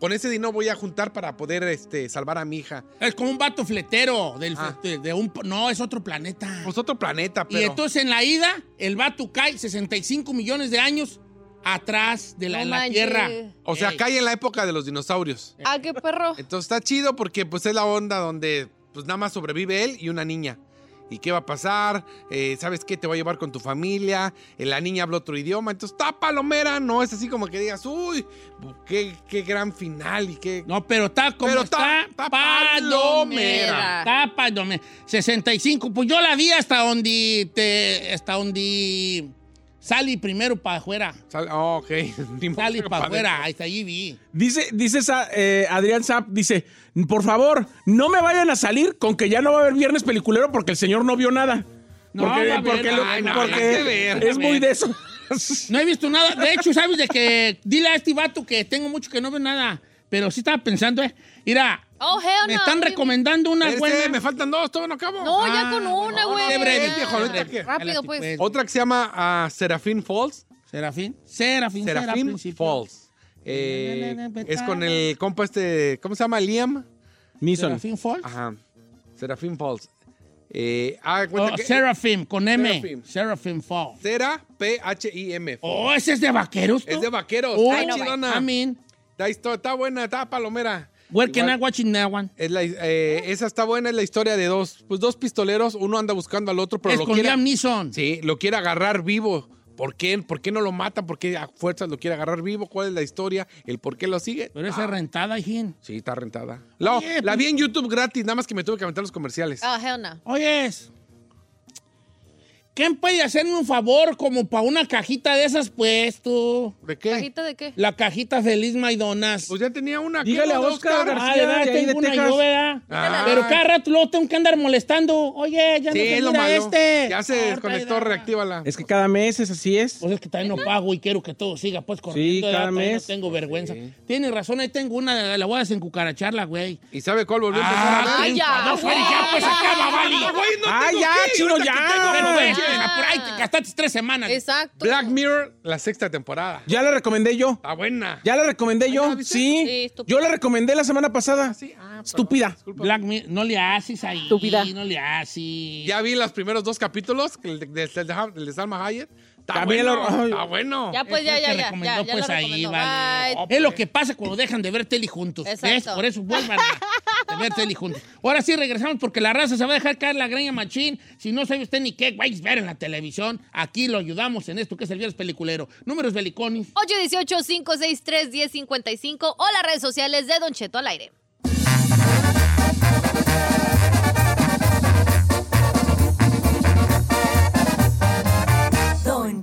Speaker 4: con ese dinero voy a juntar para poder este, salvar a mi hija.
Speaker 1: Es como un vato fletero del,
Speaker 4: Ah.
Speaker 1: de, de un... No, es otro planeta.
Speaker 4: Pues otro planeta,
Speaker 1: y
Speaker 4: pero...
Speaker 1: entonces en la ida, el vato cae 65 millones de años atrás de la,
Speaker 2: No
Speaker 1: en la
Speaker 2: manches.
Speaker 1: Tierra.
Speaker 4: o sea,
Speaker 1: Ey.
Speaker 4: cae en la época de los dinosaurios.
Speaker 2: Ah, qué perro.
Speaker 4: Entonces está chido porque pues es la onda donde pues nada más sobrevive él y una niña. ¿Y qué va a pasar? Eh, ¿Sabes qué? Te va a llevar con tu familia. Eh, la niña habla otro idioma. Entonces está palomera. No es así como que digas, uy, qué, qué gran final y qué...
Speaker 1: No, pero está como
Speaker 4: Pero
Speaker 1: está,
Speaker 4: está- está palomera.
Speaker 1: Está palomera. 65. Pues yo la vi hasta donde te, hasta donde salí primero para afuera.
Speaker 4: Sal- oh, ok. Ni modo,
Speaker 1: Salí para
Speaker 4: padre.
Speaker 1: afuera, hasta allí vi.
Speaker 3: Dice, dice esa, eh, Adrián Zap, dice, por favor, no me vayan a salir con que ya no va a haber viernes peliculero porque el señor no vio nada.
Speaker 1: No,
Speaker 3: porque
Speaker 1: va a haber,
Speaker 3: porque lo-
Speaker 1: ay, no,
Speaker 3: porque
Speaker 4: nada que ver.
Speaker 3: es muy de eso.
Speaker 1: No he visto nada. De hecho, sabes de que dile a este vato que tengo mucho que no veo nada. Pero sí estaba pensando, eh. Mira,
Speaker 2: Oh, hell
Speaker 1: me
Speaker 2: no.
Speaker 1: están
Speaker 2: Oye,
Speaker 1: recomendando una
Speaker 4: Espérate,
Speaker 1: buena.
Speaker 4: Este, me faltan dos, todavía no acabo.
Speaker 2: No,
Speaker 1: Ah,
Speaker 2: ya con una,
Speaker 1: bueno,
Speaker 2: güey.
Speaker 1: qué breve,
Speaker 2: Ya.
Speaker 4: viejo, ahorita que-
Speaker 2: Rápido, pues.
Speaker 4: Otra que se llama ah, Serafín Falls.
Speaker 1: Serafín. Serafín.
Speaker 4: Serafín
Speaker 1: Serafín.
Speaker 4: Falls. Eh, es con el compa este, ¿cómo se llama? Liam.
Speaker 3: Nison.
Speaker 1: Serafín Falls.
Speaker 4: Ajá. Serafín Falls. Eh, ah, cuenta
Speaker 1: Oh,
Speaker 4: que-
Speaker 1: Serafim, con M.
Speaker 4: Serafim.
Speaker 1: Serafim Falls.
Speaker 4: Sera P-H-I-M.
Speaker 1: Oh, ese es de vaqueros. tú?
Speaker 4: Es de vaqueros.
Speaker 1: Oh,
Speaker 4: está chidona.
Speaker 1: I mean,
Speaker 4: Está, histo- está buena, está palomera.
Speaker 1: where can I
Speaker 4: Igual,
Speaker 1: watch in that one?
Speaker 4: es la- eh, esa está buena, es la historia de dos, pues dos pistoleros, uno anda buscando al otro, pero
Speaker 1: Es
Speaker 4: lo
Speaker 1: con
Speaker 4: quiere,
Speaker 1: Liam Neeson.
Speaker 4: sí, lo quiere agarrar vivo. ¿Por qué? ¿Por qué no lo matan? ¿Por qué a fuerzas lo quiere agarrar vivo? ¿Cuál es la historia? ¿El por qué lo sigue? Ah.
Speaker 1: Pero esa es rentada, hijín.
Speaker 4: Sí, está rentada. La,
Speaker 1: Oye,
Speaker 4: la
Speaker 1: pues-
Speaker 2: Ah,
Speaker 4: vi en YouTube gratis, nada más que me tuve que aventar los comerciales.
Speaker 2: Oh, hell no.
Speaker 1: Oyes. ¿Quién puede hacerme un favor como para una cajita de esas, pues, tú?
Speaker 4: ¿De qué?
Speaker 2: ¿Cajita de qué?
Speaker 1: La cajita feliz Maidonas.
Speaker 4: Pues ya tenía una. ¿qué
Speaker 3: Dígale a
Speaker 4: onda,
Speaker 3: Oscar
Speaker 1: Ah,
Speaker 3: García,
Speaker 1: ¿verdad?
Speaker 3: de ahí de
Speaker 1: Tengo una
Speaker 3: Texas.
Speaker 1: yo, ¿verdad?
Speaker 4: Ah.
Speaker 1: Pero cada rato luego tengo que andar molestando. Oye, ya no
Speaker 4: Sí,
Speaker 1: sé
Speaker 4: lo
Speaker 1: mira
Speaker 4: malo.
Speaker 1: este.
Speaker 4: Ya se desconectó,
Speaker 1: conectó
Speaker 4: reactívala.
Speaker 3: Es que cada mes es así es.
Speaker 1: Pues es que también no pago y quiero que todo siga pues corriendo.
Speaker 3: cada
Speaker 1: ¿verdad? Todavía
Speaker 3: mes.
Speaker 1: No tengo vergüenza. Tienes razón, ahí tengo una, la voy a desencucaracharla, güey.
Speaker 4: ¿Y sabe cuál volvió a empezar a
Speaker 1: Ah,
Speaker 4: ver?
Speaker 2: ay, ya,
Speaker 1: No, Freddy,
Speaker 2: güey.
Speaker 1: ya, pues acaba, vale.
Speaker 4: Güey, no
Speaker 3: ¡Ah,
Speaker 4: tengo
Speaker 3: ya,
Speaker 4: qué,
Speaker 3: chino,
Speaker 4: ahorita
Speaker 3: ya!
Speaker 4: que tengo
Speaker 1: Pero,
Speaker 4: vergüenza.
Speaker 1: pues, ya, por ahí te gastaste tres semanas.
Speaker 2: Exacto.
Speaker 4: Black Mirror, la sexta temporada.
Speaker 3: Ya la recomendé yo.
Speaker 4: Está buena.
Speaker 3: Ya la recomendé
Speaker 4: ¿ya la
Speaker 3: yo.
Speaker 4: viste?
Speaker 3: Sí.
Speaker 2: Sí, estúpida.
Speaker 3: yo la recomendé la semana pasada.
Speaker 4: Sí, ah,
Speaker 3: Estúpida.
Speaker 4: disculpa.
Speaker 1: Black Mirror, no le haces ahí.
Speaker 6: Estúpida.
Speaker 1: No le haces.
Speaker 4: Ya vi los primeros dos capítulos, el de, de- de- de- de Salma Hayek. Está
Speaker 3: También lo-
Speaker 4: bueno,
Speaker 3: Ah, ay.
Speaker 1: ah,
Speaker 4: está bueno.
Speaker 2: Ya, pues, ya,
Speaker 1: Pues,
Speaker 2: ya,
Speaker 1: te
Speaker 2: ya.
Speaker 1: recomendó,
Speaker 2: Ya, ya
Speaker 1: pues,
Speaker 2: lo
Speaker 1: ahí,
Speaker 2: recomendó.
Speaker 1: vale.
Speaker 2: Bye.
Speaker 1: Es lo que pasa cuando dejan de ver tele juntos.
Speaker 2: Exacto.
Speaker 1: ¿Ves? Por eso vuelvan a de ver tele juntos. Ahora sí regresamos porque la raza se va a dejar caer la greña machín. Si no sabe usted ni qué vais a ver en la televisión, aquí lo ayudamos en esto que es el viernes peliculero. Números belicones.
Speaker 2: 818-563-1055 o las redes sociales de Don Cheto al aire.
Speaker 7: Don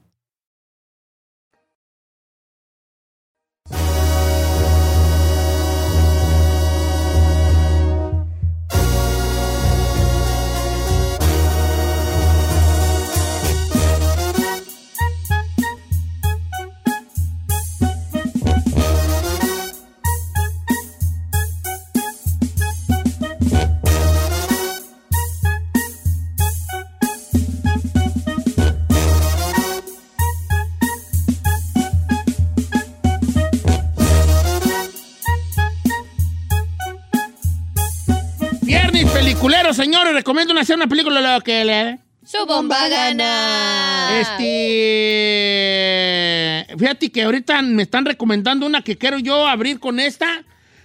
Speaker 1: Viernes peliculero, señores. Recomiendo hacer una película lo que le.
Speaker 2: Su bomba gana.
Speaker 1: Este. Fíjate que ahorita me están recomendando una que quiero yo abrir con esta,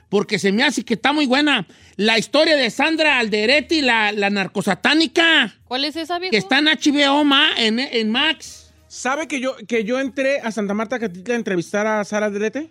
Speaker 1: porque se me hace que está muy buena. La historia de Sandra Alderetti, la, la narcosatánica,
Speaker 2: ¿Cuál es esa, viejo?
Speaker 1: que está en HBO Ma- en, en Max.
Speaker 3: ¿Sabe que yo, que yo entré a Santa Marta Catitla a entrevistar a Sara Derete?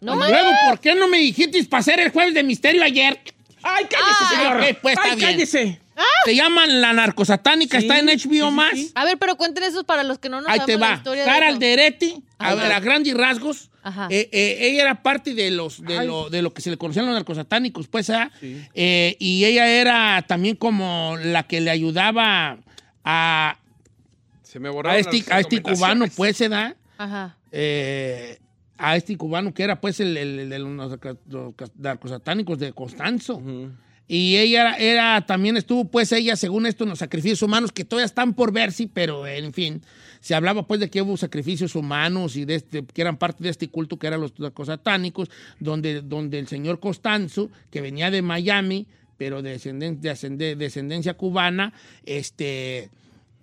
Speaker 2: No
Speaker 1: Y Luego, ¿por qué no me dijiste para hacer el jueves de misterio ayer?
Speaker 3: ¡Ay, cállese,
Speaker 1: Ah,
Speaker 3: señor!
Speaker 1: ok, pues, está
Speaker 3: ¡Ay,
Speaker 1: bien.
Speaker 3: cállese!
Speaker 1: Se llaman La Narcosatánica,
Speaker 3: Sí,
Speaker 1: está en HBO
Speaker 3: sí,
Speaker 1: Max.
Speaker 3: sí, sí.
Speaker 2: A ver, pero cuenten esos para los que no nos
Speaker 1: Ahí
Speaker 2: sabemos
Speaker 1: te
Speaker 2: la
Speaker 1: va.
Speaker 2: historia
Speaker 1: Sara
Speaker 2: de eso.
Speaker 1: Alderetti, a,
Speaker 2: Ajá.
Speaker 1: ver, a grandes rasgos,
Speaker 2: Ajá.
Speaker 1: eh, eh, ella era parte de los de
Speaker 3: Ay.
Speaker 1: lo, de lo que se le conocían los narcosatánicos, pues, ¿ah? Eh, y ella era también como la que le ayudaba a,
Speaker 4: Se me
Speaker 1: a
Speaker 4: borraron
Speaker 1: este,
Speaker 4: las
Speaker 1: a este cubano,
Speaker 4: recomendaciones.
Speaker 1: pues, ¿verdad?
Speaker 8: Ah.
Speaker 2: Ajá.
Speaker 1: Eh, a este cubano que era, pues, el, el- el de los narca- los narcosatánicos de Constanzo. Y ella era, era- también estuvo, pues, ella, según esto, en los sacrificios humanos, que todavía están por ver, sí, pero en fin. Se hablaba, pues, de que hubo sacrificios humanos y de este, que eran parte de este culto que eran los narcosatánicos, donde, donde el señor Costanzo, que venía de Miami, pero de, descenden- de ascende- descendencia cubana, este,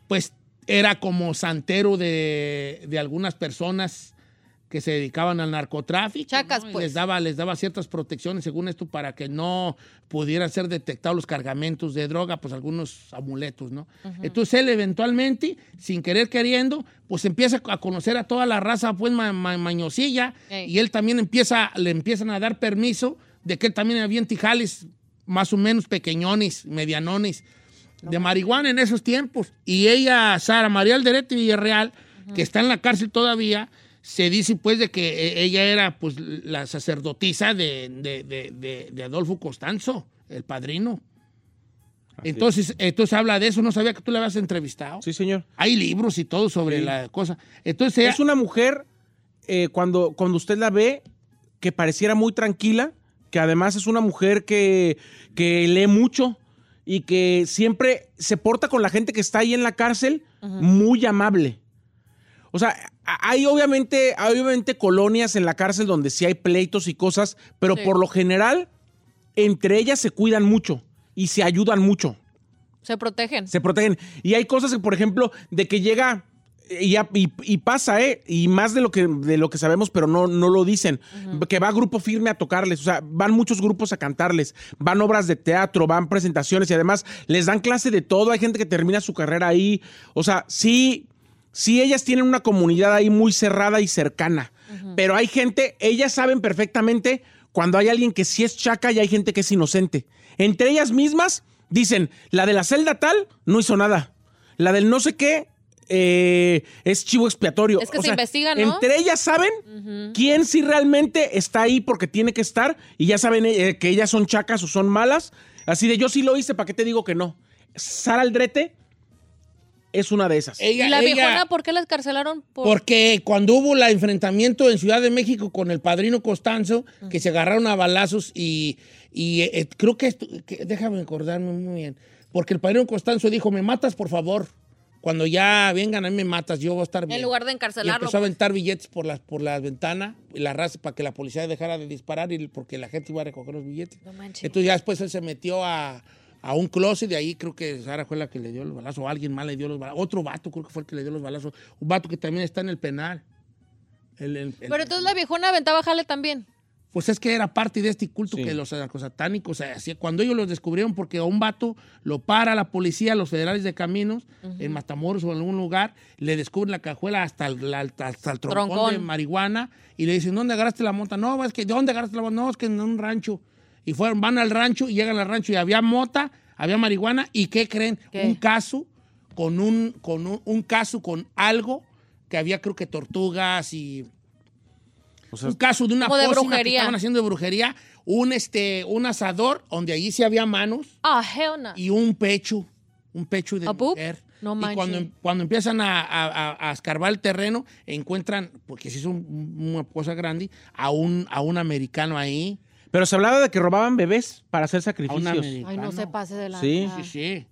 Speaker 1: pues, era como santero de, de algunas personas que se dedicaban al narcotráfico.
Speaker 2: Chacas,
Speaker 1: ¿no? Y
Speaker 2: pues.
Speaker 1: Les daba, les daba ciertas protecciones, según esto, para que no pudieran ser detectados los cargamentos de droga, pues algunos amuletos, ¿no? Entonces él eventualmente, sin querer queriendo, pues empieza a conocer a toda la raza, pues ma- ma- mañosilla,
Speaker 2: Ey.
Speaker 1: y él también empieza, le empiezan a dar permiso de que él también había en Tijales, más o menos pequeñones, medianones, de marihuana en esos tiempos. Y ella, Sara María Alderete Villarreal, que está en la cárcel todavía, se dice pues de que eh, ella era pues la sacerdotisa de, de- de- de- de Adolfo Costanzo, el padrino. Entonces, eh, entonces habla de eso. No sabía que tú la habías entrevistado.
Speaker 3: Sí, señor.
Speaker 1: Hay libros y todo sobre
Speaker 3: Sí.
Speaker 1: la cosa. Entonces,
Speaker 3: Es una mujer, eh, cuando, cuando usted la ve, que pareciera muy tranquila, que además es una mujer que, que lee mucho y que siempre se porta con la gente que está ahí en la cárcel muy amable. O sea, a- hay obviamente, hay obviamente colonias en la cárcel donde sí hay pleitos y cosas, pero
Speaker 2: Sí.
Speaker 3: por lo general, entre ellas se cuidan mucho y se ayudan mucho
Speaker 2: Se protegen.
Speaker 3: se protegen. Y hay cosas que, por ejemplo, de que llega eh, y, ya- y- y pasa, ¿eh? Y más de lo que, de lo que sabemos, pero no, no lo dicen. Que va grupo firme a tocarles, o sea, van muchos grupos a cantarles, van obras de teatro, van presentaciones y además les dan clase de todo. Hay gente que termina su carrera ahí. O sea, sí, sí, ellas tienen una comunidad ahí muy cerrada y cercana. Pero hay gente, ellas saben perfectamente cuando hay alguien que sí es chaca y hay gente que es inocente. Entre ellas mismas dicen, la de la celda tal no hizo nada. La del no sé qué eh, es chivo expiatorio.
Speaker 2: Es que se investiga, ¿no?
Speaker 3: Entre ellas saben quién sí realmente está ahí porque tiene que estar y ya saben eh, que ellas son chacas o son malas. Así de yo sí lo hice, ¿para qué te digo que no? Sara Aldrete es una de esas.
Speaker 1: ella,
Speaker 2: ¿Y la
Speaker 1: ella-
Speaker 2: viejona por qué la encarcelaron? Por...
Speaker 1: Porque cuando hubo el enfrentamiento en Ciudad de México con el padrino Costanzo, que se agarraron a balazos y, y, eh, eh, creo que, esto- que- déjame acordarme muy bien, porque el padrino Costanzo dijo, me matas por favor, cuando ya vengan a mí me matas, yo voy a estar bien.
Speaker 2: lugar de
Speaker 1: Y
Speaker 2: encarcelarlo,
Speaker 1: empezó a
Speaker 2: pues.
Speaker 1: aventar billetes por la, por la ventana, y la raza, para que la policía dejara de disparar y porque la gente iba a recoger los billetes.
Speaker 2: No manches.
Speaker 1: Entonces ya después él se metió a, a un closet de ahí creo que Sara fue la que le dio los balazos, o alguien más le dio los balazos, otro vato creo que fue el que le dio los balazos, un vato que también está en el penal. El- el- el-
Speaker 2: Pero entonces la viejona aventaba jale también.
Speaker 1: pues es que era parte de este culto que los satánicos hacían. Cuando ellos los descubrieron, porque a un vato lo para la policía, los federales de caminos, en Matamoros o en algún lugar, le descubren la cajuela hasta el, la- hasta el troncón,
Speaker 2: Troncón.
Speaker 1: de marihuana y le dicen, ¿dónde agarraste la mota? No, es que, ¿de dónde agarraste la mota? No, es que en un rancho. Y fueron, van al rancho y llegan al rancho y había mota, había marihuana y ¿qué creen?
Speaker 2: ¿Qué?
Speaker 1: Un caso con un, con un, un caso con algo que había creo que tortugas y un caso de una
Speaker 2: Como de
Speaker 1: pócima que
Speaker 2: brujería.
Speaker 1: estaban haciendo de brujería, un, este, un asador donde allí sí había manos
Speaker 2: Ah, hell no.
Speaker 1: y un pecho, un pecho de
Speaker 2: ¿A poop?
Speaker 1: mujer.
Speaker 2: No
Speaker 1: y
Speaker 2: manches.
Speaker 1: cuando, cuando empiezan a, a- a- a escarbar el terreno, encuentran, porque sí es un- una cosa grande, a un, a un americano ahí.
Speaker 3: Pero se hablaba de que robaban bebés para hacer
Speaker 1: A un
Speaker 3: sacrificios.
Speaker 1: americano.
Speaker 2: Ay, no se pase de la.
Speaker 3: Sí.
Speaker 1: Sí, sí.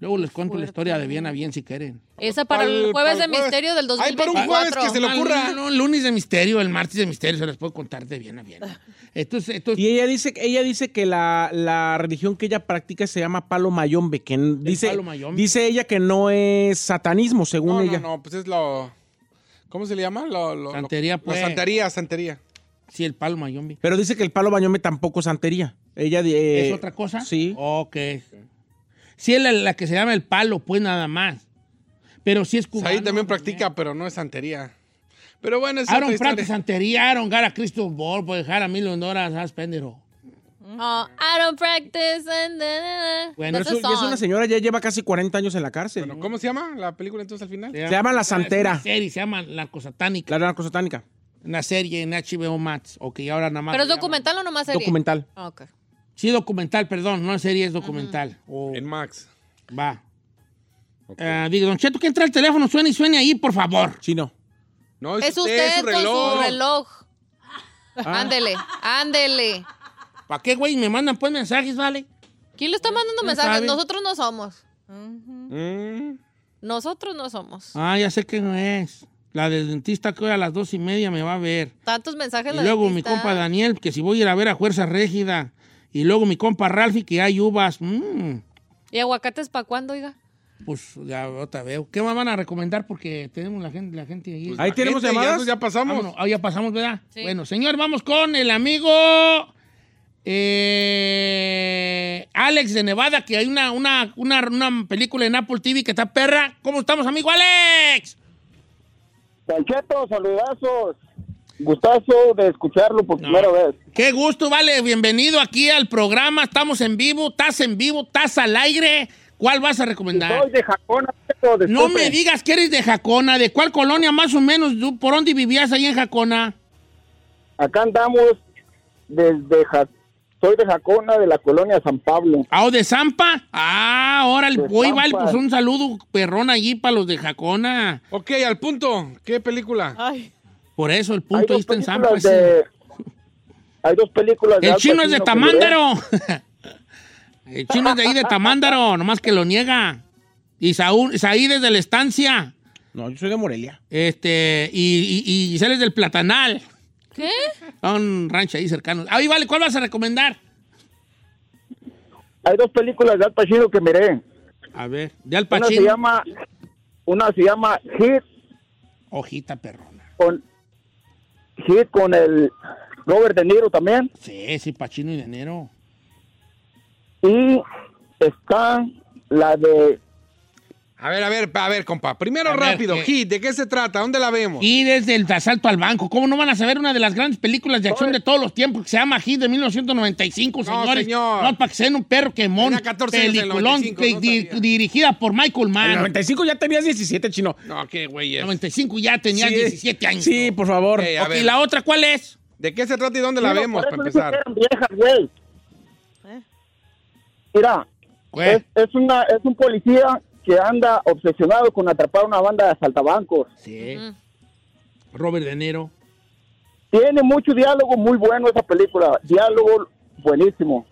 Speaker 1: Luego les cuento la historia de bien a bien si quieren.
Speaker 2: Esa para el jueves de misterio del
Speaker 4: Ay, para
Speaker 2: 2024.
Speaker 4: un jueves Ah, que se le ocurra.
Speaker 1: Ah, no, el lunes de misterio, el martes de misterio, se les puedo contar de bien a bien. Entonces, entonces
Speaker 3: Y ella dice, ella dice que la, la religión que ella practica se llama palo mayombe, que n- dice,
Speaker 1: palo mayombe.
Speaker 3: dice ella que no es satanismo, según
Speaker 4: No,
Speaker 3: ella.
Speaker 4: no, no, pues es lo. ¿Cómo se le llama? Lo, lo- lo-
Speaker 1: Santería,
Speaker 4: lo
Speaker 1: pues.
Speaker 4: santería, santería.
Speaker 1: sí, el palma, Mayombe.
Speaker 3: Pero dice que el palo mayombe tampoco es santería. Ella eh, de-
Speaker 4: Eh,
Speaker 1: ¿Es otra cosa?
Speaker 3: Sí.
Speaker 1: Ok. Sí, es la, la que se llama el palo, pues nada más. Pero sí es
Speaker 4: O sea,
Speaker 1: cubano.
Speaker 4: Pues ahí también practica, pero no es santería. Pero bueno, es
Speaker 1: Aaron
Speaker 4: otra
Speaker 1: Pratt,
Speaker 4: historia.
Speaker 1: Santería, Aaron Gara, Cristo Ball, pues dejar a Milo Honduras, haz pendero.
Speaker 2: Ah, I don't practice. and da, da, da.
Speaker 1: Bueno,
Speaker 2: That's
Speaker 3: Eso-
Speaker 2: a
Speaker 3: y es
Speaker 2: song.
Speaker 3: una señora, ya lleva casi 40 años en la cárcel.
Speaker 4: Bueno, ¿Cómo se llama la película entonces al final?
Speaker 3: se llama La Santera,
Speaker 1: Serie, se llama Narcosatánica.
Speaker 3: la narcosatánica,
Speaker 1: Una serie en HBO Max. Ok, ahora nada más.
Speaker 2: ¿Pero es
Speaker 1: le llaman-
Speaker 2: documental o nomás serie?
Speaker 3: documental.
Speaker 2: Ah, ok.
Speaker 1: Sí, documental, perdón, no es serie, es documental. O-
Speaker 4: En Max.
Speaker 1: va. Ah, digo, Don Cheto, que entra el teléfono, suene y suene ahí, por favor.
Speaker 3: Chino.
Speaker 4: No, este,
Speaker 2: Es usted
Speaker 4: su
Speaker 2: con su reloj. Ándele, ándele.
Speaker 1: ¿Para qué, güey? Me mandan pues mensajes, ¿vale?
Speaker 2: ¿Quién le está mandando mensajes?
Speaker 1: sabe?
Speaker 2: Nosotros no somos.
Speaker 4: Mm.
Speaker 2: Nosotros no somos.
Speaker 1: Ah, ya sé que no es. La del dentista que hoy a las dos y media me va a ver.
Speaker 2: Tantos mensajes.
Speaker 1: Y
Speaker 2: la
Speaker 1: luego mi
Speaker 2: dentista.
Speaker 1: compa Daniel, que si voy a ir a ver a Fuerza Régida. Y luego mi compa Ralfi, que hay uvas. Mm,
Speaker 2: ¿Y aguacates para cuándo, oiga?
Speaker 1: pues ya otra veo. ¿Qué más van a recomendar? Porque tenemos la gente, la gente ahí.
Speaker 3: Ahí tenemos llamadas.
Speaker 4: Ya, pasamos.
Speaker 1: Vámonos. Ah, ya pasamos, ¿verdad?
Speaker 2: Sí.
Speaker 1: Bueno, señor, vamos con el amigo eh, Alex de Nevada, que hay una, una, una, una película en Apple TV que está perra. ¿Cómo estamos, amigo Alex?
Speaker 7: Pancheto, saludazos. Gustazo de escucharlo por primera vez.
Speaker 1: Qué gusto, vale. Bienvenido aquí al programa. Estamos en vivo, estás en vivo, estás al aire. ¿Cuál vas a recomendar?
Speaker 7: Soy de Jacona, Cheto,
Speaker 1: No
Speaker 7: disculpe.
Speaker 1: me digas que eres de Jacona. ¿De cuál colonia más o menos? ¿Tú por dónde vivías ahí en Jacona?
Speaker 7: Acá andamos desde Ja- Soy de Jacona, de la colonia San Pablo.
Speaker 1: ¿Ah, o de Zampa? Ah, ahora el
Speaker 7: De
Speaker 1: voy, vale,
Speaker 7: Zampa.
Speaker 1: pues un saludo perrón allí para los de Jacona.
Speaker 4: Ok, al punto. ¿Qué película?
Speaker 2: Ay,
Speaker 1: Por eso el
Speaker 7: Hay
Speaker 1: punto ahí
Speaker 7: dos
Speaker 1: está en Zampa.
Speaker 7: películas
Speaker 1: sí.
Speaker 7: de- Hay dos películas de
Speaker 1: El
Speaker 7: Al
Speaker 1: chino es de
Speaker 7: Pacino que duré.
Speaker 1: Tamándaro. el chino es de ahí de Tamándaro, nomás que lo niega. Y Saúl, Saí desde la estancia.
Speaker 3: No, yo soy de Morelia.
Speaker 1: Este, y, y, y Gisela es del Platanal.
Speaker 2: ¿Qué?
Speaker 1: Son rancho ahí cercanos. Ahí vale, ¿cuál vas a recomendar?
Speaker 7: Hay dos películas de Al Pacino que miré.
Speaker 1: A ver, de Al
Speaker 7: Una se
Speaker 1: Pacino.
Speaker 7: llama, una se llama Hit
Speaker 1: Hojita perrona.
Speaker 7: con Hit con el Robert De Niro también
Speaker 1: Sí, sí, Pacino y De Niro.
Speaker 7: y está la de
Speaker 4: A ver, a ver, a ver, compa. Primero
Speaker 1: A ver,
Speaker 4: rápido,
Speaker 1: ¿qué?
Speaker 4: Hit, ¿de qué se trata? ¿Dónde la vemos?
Speaker 1: Y desde el asalto al banco. ¿Cómo no van a saber una de las grandes películas de acción de todos los tiempos que se llama Hit de 1995,
Speaker 4: No,
Speaker 1: señores?
Speaker 4: señor.
Speaker 1: No, para que sean un perro que monta.
Speaker 4: Tenía 14 años en el
Speaker 1: Peliculón
Speaker 4: 95,
Speaker 1: que-
Speaker 4: no
Speaker 1: di-
Speaker 4: sabía.
Speaker 1: dirigida por Michael
Speaker 3: En el
Speaker 1: Mann.
Speaker 3: 95 ya tenías 17, chino.
Speaker 4: No, qué güey es.
Speaker 1: 95 ya tenías
Speaker 3: Sí.
Speaker 1: 17 años.
Speaker 3: Sí, por favor.
Speaker 4: Ey, a
Speaker 1: Ok,
Speaker 4: ver,
Speaker 1: ¿Y la otra cuál es?
Speaker 4: ¿De qué se trata y dónde la
Speaker 7: Pero
Speaker 4: vemos,
Speaker 7: por
Speaker 4: para
Speaker 7: eso digo
Speaker 4: empezar?
Speaker 7: que eran viejas, güey. Mira,
Speaker 1: Güey,
Speaker 7: es, es una, es un policía que anda obsesionado con atrapar una banda de asaltabancos.
Speaker 1: Sí. Robert De Niro.
Speaker 7: Tiene mucho diálogo, muy bueno esa película. Diálogo buenísimo.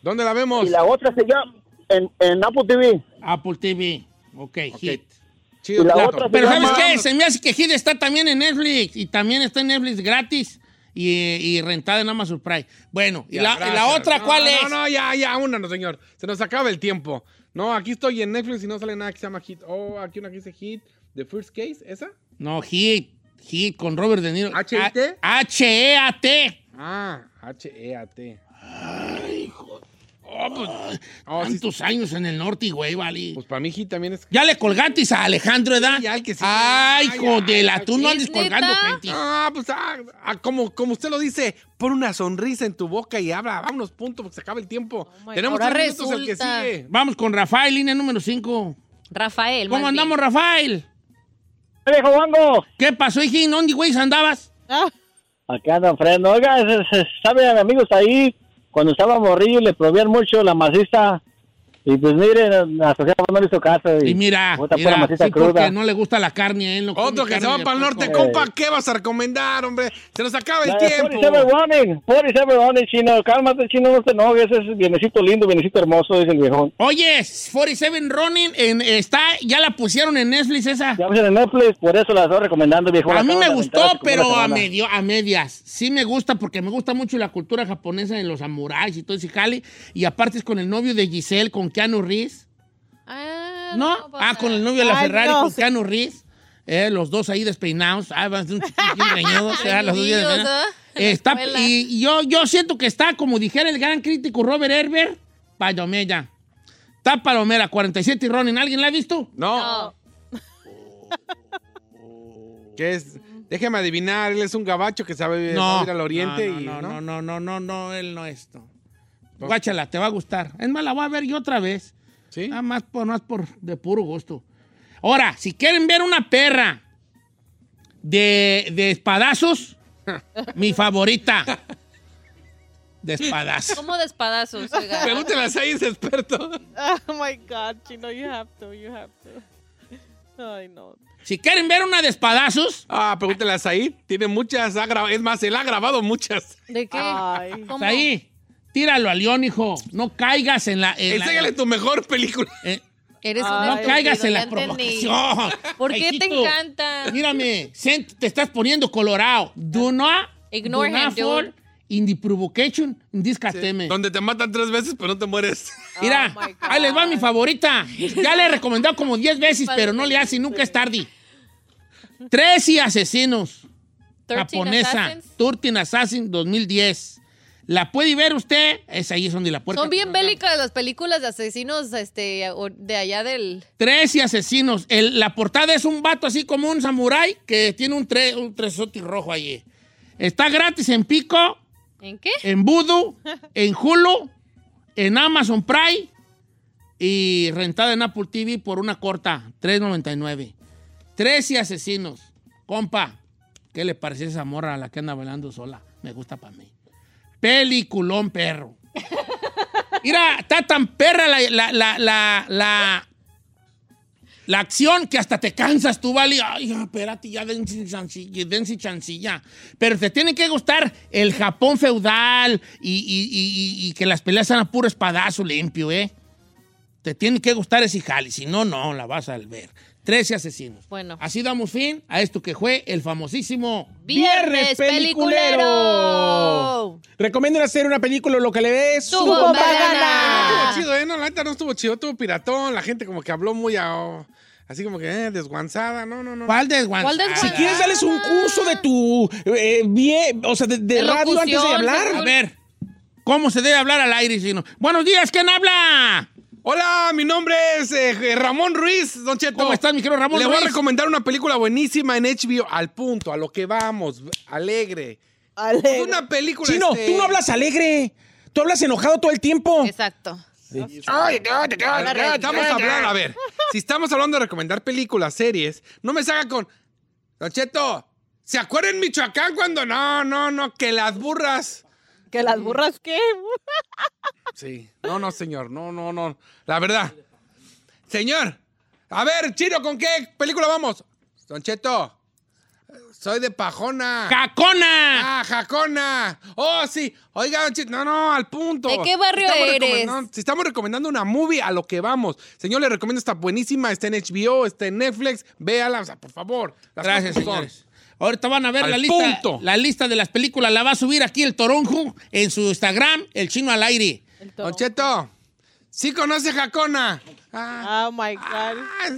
Speaker 4: ¿Dónde la vemos?
Speaker 7: Y la otra se llama, en, en Apple TV,
Speaker 1: Apple TV. Ok, Hit.
Speaker 4: Chido,
Speaker 7: y la
Speaker 4: claro.
Speaker 7: otra se
Speaker 1: Pero
Speaker 7: llama-
Speaker 1: ¿sabes qué? Se me hace que Hit está también en Netflix. Y también está en Netflix gratis. Y, y rentada en Amazon Prime. Bueno, ¿y
Speaker 4: Ya,
Speaker 1: la, y
Speaker 4: gracias.
Speaker 1: la otra
Speaker 4: No,
Speaker 1: cuál es?
Speaker 4: No, no, ya, ya, una, no, señor. Se nos acaba el tiempo. No, aquí estoy en Netflix y no sale nada que se llama Hit. Oh, aquí una que dice Hit. The First Case, ¿esa?
Speaker 1: No, Hit. Hit con Robert De Niro. Ah, E
Speaker 4: ¿H-I-T?
Speaker 1: A- H-E-A-T.
Speaker 4: Ah, H-E-A-T.
Speaker 1: Oh, pues,
Speaker 4: Oh, sí.
Speaker 1: tantos años en el norte, güey, vale.
Speaker 4: Pues para mí Hit también es...
Speaker 1: Ya le colgatis a Alejandro, ¿verdad?
Speaker 4: Sí, ya, el que sí.
Speaker 1: Ay,
Speaker 4: Ay,
Speaker 1: hijo de la,
Speaker 4: ay,
Speaker 1: tú no
Speaker 2: ¿es
Speaker 1: andes
Speaker 2: neta?
Speaker 1: colgando, gente.
Speaker 4: Ah, pues ah, ah, como, como usted lo dice, pon una sonrisa en tu boca y habla. Vámonos, punto, porque se acaba el tiempo.
Speaker 2: Oh my
Speaker 4: Tenemos
Speaker 2: God, ahora
Speaker 4: tres minutos el que
Speaker 2: resulta.
Speaker 4: sigue.
Speaker 1: Vamos con Rafael, línea número 5.
Speaker 2: Rafael.
Speaker 1: ¿Cómo
Speaker 2: más bien.
Speaker 1: andamos, Rafael?
Speaker 7: ¡Viejo bango!
Speaker 1: ¿Qué pasó, hijín? ¿Dónde, güey, andabas?
Speaker 2: Ah,
Speaker 7: Acá andan frenando. Oiga, ¿saben amigos ahí? Cuando estaba morrillo le proveían mucho la maciza. Y pues miren, la sociedad no le hizo caso.
Speaker 1: Y mira,
Speaker 7: bota pura
Speaker 1: mira
Speaker 7: maciza
Speaker 1: sí, porque no le gusta la carne a él. no come
Speaker 4: Otro que se
Speaker 1: carne pues,
Speaker 4: va
Speaker 1: de
Speaker 4: para el
Speaker 1: puerco.
Speaker 4: norte, compa, ¿qué vas a recomendar, hombre? Se nos acaba el
Speaker 7: La de
Speaker 4: tiempo.
Speaker 7: 47 warning, 47 warning, chino. Cálmate, chino, no te enojes. Ese es bienecito lindo, bienecito hermoso, dice el viejón.
Speaker 1: Oye, 47 Running en, está, ya la pusieron en Netflix esa.
Speaker 7: Ya ves en Netflix, por eso la estoy recomendando, viejón.
Speaker 1: A mí
Speaker 7: Acabo
Speaker 1: me
Speaker 7: de
Speaker 1: gustó,
Speaker 7: aventar hace como
Speaker 1: pero
Speaker 7: una
Speaker 1: a,
Speaker 7: semana.
Speaker 1: medio, a medias. Sí me gusta porque me gusta mucho la cultura japonesa de los samuráis y todo ese jale. Y aparte es con el novio de Giselle, con Keanu Reeves.
Speaker 2: ah,
Speaker 1: ¿No?
Speaker 2: pasa.
Speaker 1: Ah, con el novio de la
Speaker 2: Ay,
Speaker 1: Ferrari,
Speaker 2: no,
Speaker 1: con
Speaker 2: sí.
Speaker 1: Keanu Reeves. Eh, los dos ahí despeinados. Ah, van a ser un chiquitín reñudo, se dan ¿eh? los dos días de
Speaker 2: Reñidos,
Speaker 1: mañana.
Speaker 2: ¿ah?
Speaker 1: Está,
Speaker 2: Escuela.
Speaker 1: y y yo, yo siento que está, como dijera el gran crítico Robert Herbert, Palomera. Está Palomera, 47 y Ronin. ¿Alguien la ha visto?
Speaker 4: No, que es... Déjeme adivinar, él es un gabacho que sabe va a ir al oriente
Speaker 1: no,
Speaker 4: y...
Speaker 1: no, no, no, no, no, no, él no es. no. Guáchala, te va a gustar. Es más, la voy a ver yo otra vez.
Speaker 4: ¿Sí?
Speaker 1: Nada más por, más por de puro gusto. Ahora, si quieren ver una perra de, de espadazos, mi favorita. De espadazos.
Speaker 2: ¿Cómo de espadazos? oiga?
Speaker 4: Pregúntale a Sayes, experto.
Speaker 8: Oh my God, Chino, you have to, you have to. Ay, no.
Speaker 1: Si quieren ver una de espadazos,
Speaker 4: Ah, pregúntale a Said. Tiene muchas. ha gra- es más, él ha grabado muchas.
Speaker 2: ¿De qué?
Speaker 8: Ay.
Speaker 2: ¿Cómo?
Speaker 1: ahí, tíralo al león, hijo. No caigas en la. en la-
Speaker 4: Enséñale tu mejor película.
Speaker 1: eh,
Speaker 2: Eres un
Speaker 1: no
Speaker 8: Ay,
Speaker 1: caigas en
Speaker 2: estúpido,
Speaker 1: la
Speaker 2: ya entendí.
Speaker 1: provocación.
Speaker 2: ¿Por qué te
Speaker 1: Hijito,
Speaker 2: encanta?
Speaker 1: Mírame, sent- te estás poniendo colorado. Do not,
Speaker 2: Ignore
Speaker 1: do
Speaker 2: him,
Speaker 1: not
Speaker 2: dude.
Speaker 1: fall in the provocation in this cateme.
Speaker 4: Donde te matan tres veces, pero no te mueres.
Speaker 1: Mira,
Speaker 8: Oh, my God.
Speaker 1: ahí les va mi favorita. Ya le he recomendado como 10 veces,
Speaker 2: Padre,
Speaker 1: pero no le hace y nunca es tarde. Tres y asesinos.
Speaker 2: 13
Speaker 1: Japonesa.
Speaker 2: Assassins.
Speaker 1: Turtin Assassin 2010. La puede ver usted. Es ahí es donde la puerta.
Speaker 2: Son bien bélicas las películas de asesinos este, o- de allá del...
Speaker 1: Tres y asesinos. El- la portada es un vato así como un samurái que tiene un, tre, un tresote rojo allí. Está gratis en Pico,
Speaker 2: ¿En qué?
Speaker 1: en Voodoo, en Hulu, en Amazon Prime y rentada en Apple TV por una corta, $3.99. 13 asesinos. Compa, ¿qué le pareció esa morra a la que anda bailando sola? Me gusta para mí. Peliculón, perro. Mira, está tan perra la, la, la, la, la, la acción que hasta te cansas tú, vale. Ay, ya, espérate, ya dense chancilla, dense chancilla. Pero te tiene que gustar el Japón feudal y, y- y- y- y que las peleas sean a puro espadazo limpio, ¿eh? Te tiene que gustar ese jali, si no, no, la vas a ver. 13 asesinos.
Speaker 2: Bueno.
Speaker 1: Así damos fin a esto que fue el famosísimo
Speaker 2: Viernes peliculero.
Speaker 3: Recomienden hacer una película o lo que le des.
Speaker 2: Tu bomba gana.
Speaker 4: Estuvo chido, ¿eh? No, la neta no estuvo chido, estuvo piratón. La gente como que habló muy a- oh, así como que eh, desguanzada. No, no, no.
Speaker 1: ¿Cuál desguanzada?
Speaker 2: ¿Cuál
Speaker 3: Si
Speaker 2: desguanzada?
Speaker 3: quieres, darles un curso de tu. eh, bien, o sea, de, de
Speaker 2: De
Speaker 3: radio antes de
Speaker 2: locución,
Speaker 3: hablar.
Speaker 1: A ver, ¿cómo se debe hablar al aire, sino? Buenos días, ¿quién habla?
Speaker 4: Hola, mi nombre es eh, Ramón Ruiz, Don Cheto.
Speaker 1: ¿Cómo estás, mi querido Ramón
Speaker 4: Le voy a
Speaker 1: Ruiz?
Speaker 4: recomendar una película buenísima en HBO, al punto, a lo que vamos, alegre.
Speaker 8: Ale.
Speaker 4: Una película.
Speaker 3: Chino,
Speaker 4: este-
Speaker 3: tú no hablas alegre. Tú hablas enojado todo el tiempo.
Speaker 2: Exacto.
Speaker 4: A ver, Estamos hablando, a ver, si estamos hablando de recomendar películas, series, no me salga con. Don Cheto, ¿se acuerdan en Michoacán cuando? No, no, no, que las burras.
Speaker 8: ¿Que las burras qué?
Speaker 4: Sí. No, no, señor. No, no, no. La verdad. Señor. A ver, Chino, ¿con qué película vamos? Don Cheto. Soy de Pajona.
Speaker 1: ¡Cacona!
Speaker 4: ah, Jacona. Oh, sí. Oiga, Don Cheto. No, no, al punto.
Speaker 2: ¿De qué barrio
Speaker 4: Estamos
Speaker 2: eres?
Speaker 4: recomendando- si estamos recomendando una movie, a lo que vamos. Señor, le recomiendo esta buenísima. Está en HBO, está en Netflix. Véala, o sea, por favor. Las
Speaker 1: Gracias,
Speaker 4: cosas como son.
Speaker 1: señores. Ahorita van a ver
Speaker 4: Al
Speaker 1: la lista,
Speaker 4: punto.
Speaker 1: la lista de las películas. La va a subir aquí el Toronjo en su Instagram, el chino al aire.
Speaker 4: Don Cheto. Sí conoce Jacona. Ah.
Speaker 8: Oh my god.
Speaker 4: ah,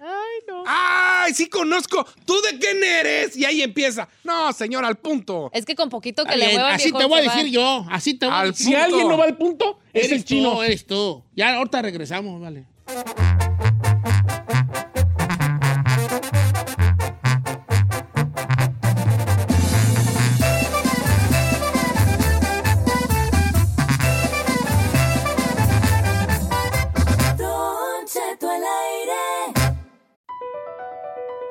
Speaker 8: Ay, no.
Speaker 4: ¡Ay, sí conozco! ¿Tú de quién eres? Y ahí empieza. No, señor, al punto.
Speaker 2: Es que con poquito que le
Speaker 1: Bien,
Speaker 2: mueva
Speaker 1: así te voy a decir yo, así te voy a
Speaker 4: Al
Speaker 1: decir.
Speaker 3: Si
Speaker 4: punto.
Speaker 3: alguien no va al punto, es
Speaker 1: Eres
Speaker 3: el chino.
Speaker 1: tú, eres tú. Ya ahorita regresamos, vale.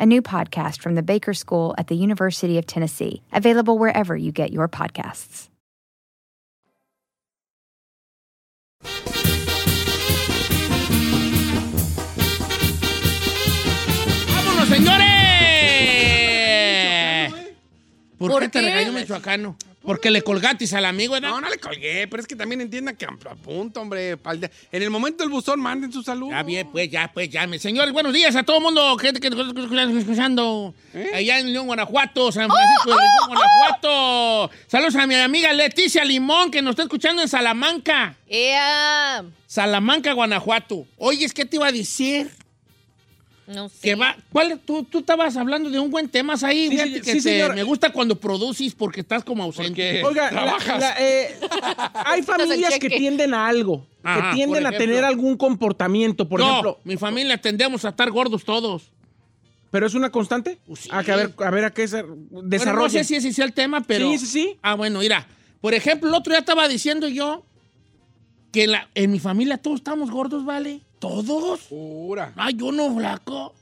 Speaker 9: a new podcast from the Baker School at the University of Tennessee, available wherever you get your podcasts.
Speaker 1: ¡Vámonos, señores! ¿Por,
Speaker 2: ¿Por
Speaker 1: qué te
Speaker 2: qué?
Speaker 1: regañó michoacano? Porque le colgatis al amigo, ¿verdad?
Speaker 4: No, no le colgué, pero es que también entienda que a punto, hombre. pal de- En el momento del buzón, manden su salud.
Speaker 1: Ya bien, pues ya, pues ya. me- Señores, buenos días a todo el mundo. Gente que nos está escuchando.
Speaker 4: ¿Eh?
Speaker 1: Allá en León, Guanajuato, San Francisco de León, Guanajuato. Saludos a mi amiga Leticia Limón, que nos está escuchando en Salamanca.
Speaker 2: Ea.
Speaker 1: Salamanca, Guanajuato. Oye, es que te iba a decir
Speaker 2: No sé.
Speaker 1: que va. ¿Cuál? Tú, tú estabas hablando de un buen tema ahí.
Speaker 3: Sí,
Speaker 1: fíjate
Speaker 3: sí,
Speaker 1: que
Speaker 3: sí,
Speaker 1: te-
Speaker 3: señor.
Speaker 1: me gusta cuando produces porque estás como ausente.
Speaker 4: Porque-
Speaker 3: Oiga, la-
Speaker 4: Trabajas.
Speaker 3: la, eh, hay familias que
Speaker 2: cheque.
Speaker 3: tienden a algo,
Speaker 1: Ajá,
Speaker 3: que tienden
Speaker 1: por
Speaker 3: a
Speaker 1: ejemplo.
Speaker 3: tener algún comportamiento, por
Speaker 1: no,
Speaker 3: ejemplo.
Speaker 1: mi familia tendemos a estar gordos todos.
Speaker 3: ¿Pero es una constante?
Speaker 1: Pues sí.
Speaker 3: Ah, que a, ver, a ver a qué se
Speaker 1: Bueno,
Speaker 3: desarrolla.
Speaker 1: no sé si ese sea el tema, pero.
Speaker 3: Sí, sí, sí.
Speaker 1: Ah, bueno, mira. Por ejemplo, el otro día estaba diciendo yo que la- en mi familia todos estamos gordos, ¿vale? ¿Todos?
Speaker 4: Pura.
Speaker 1: Ay, yo no, flaco.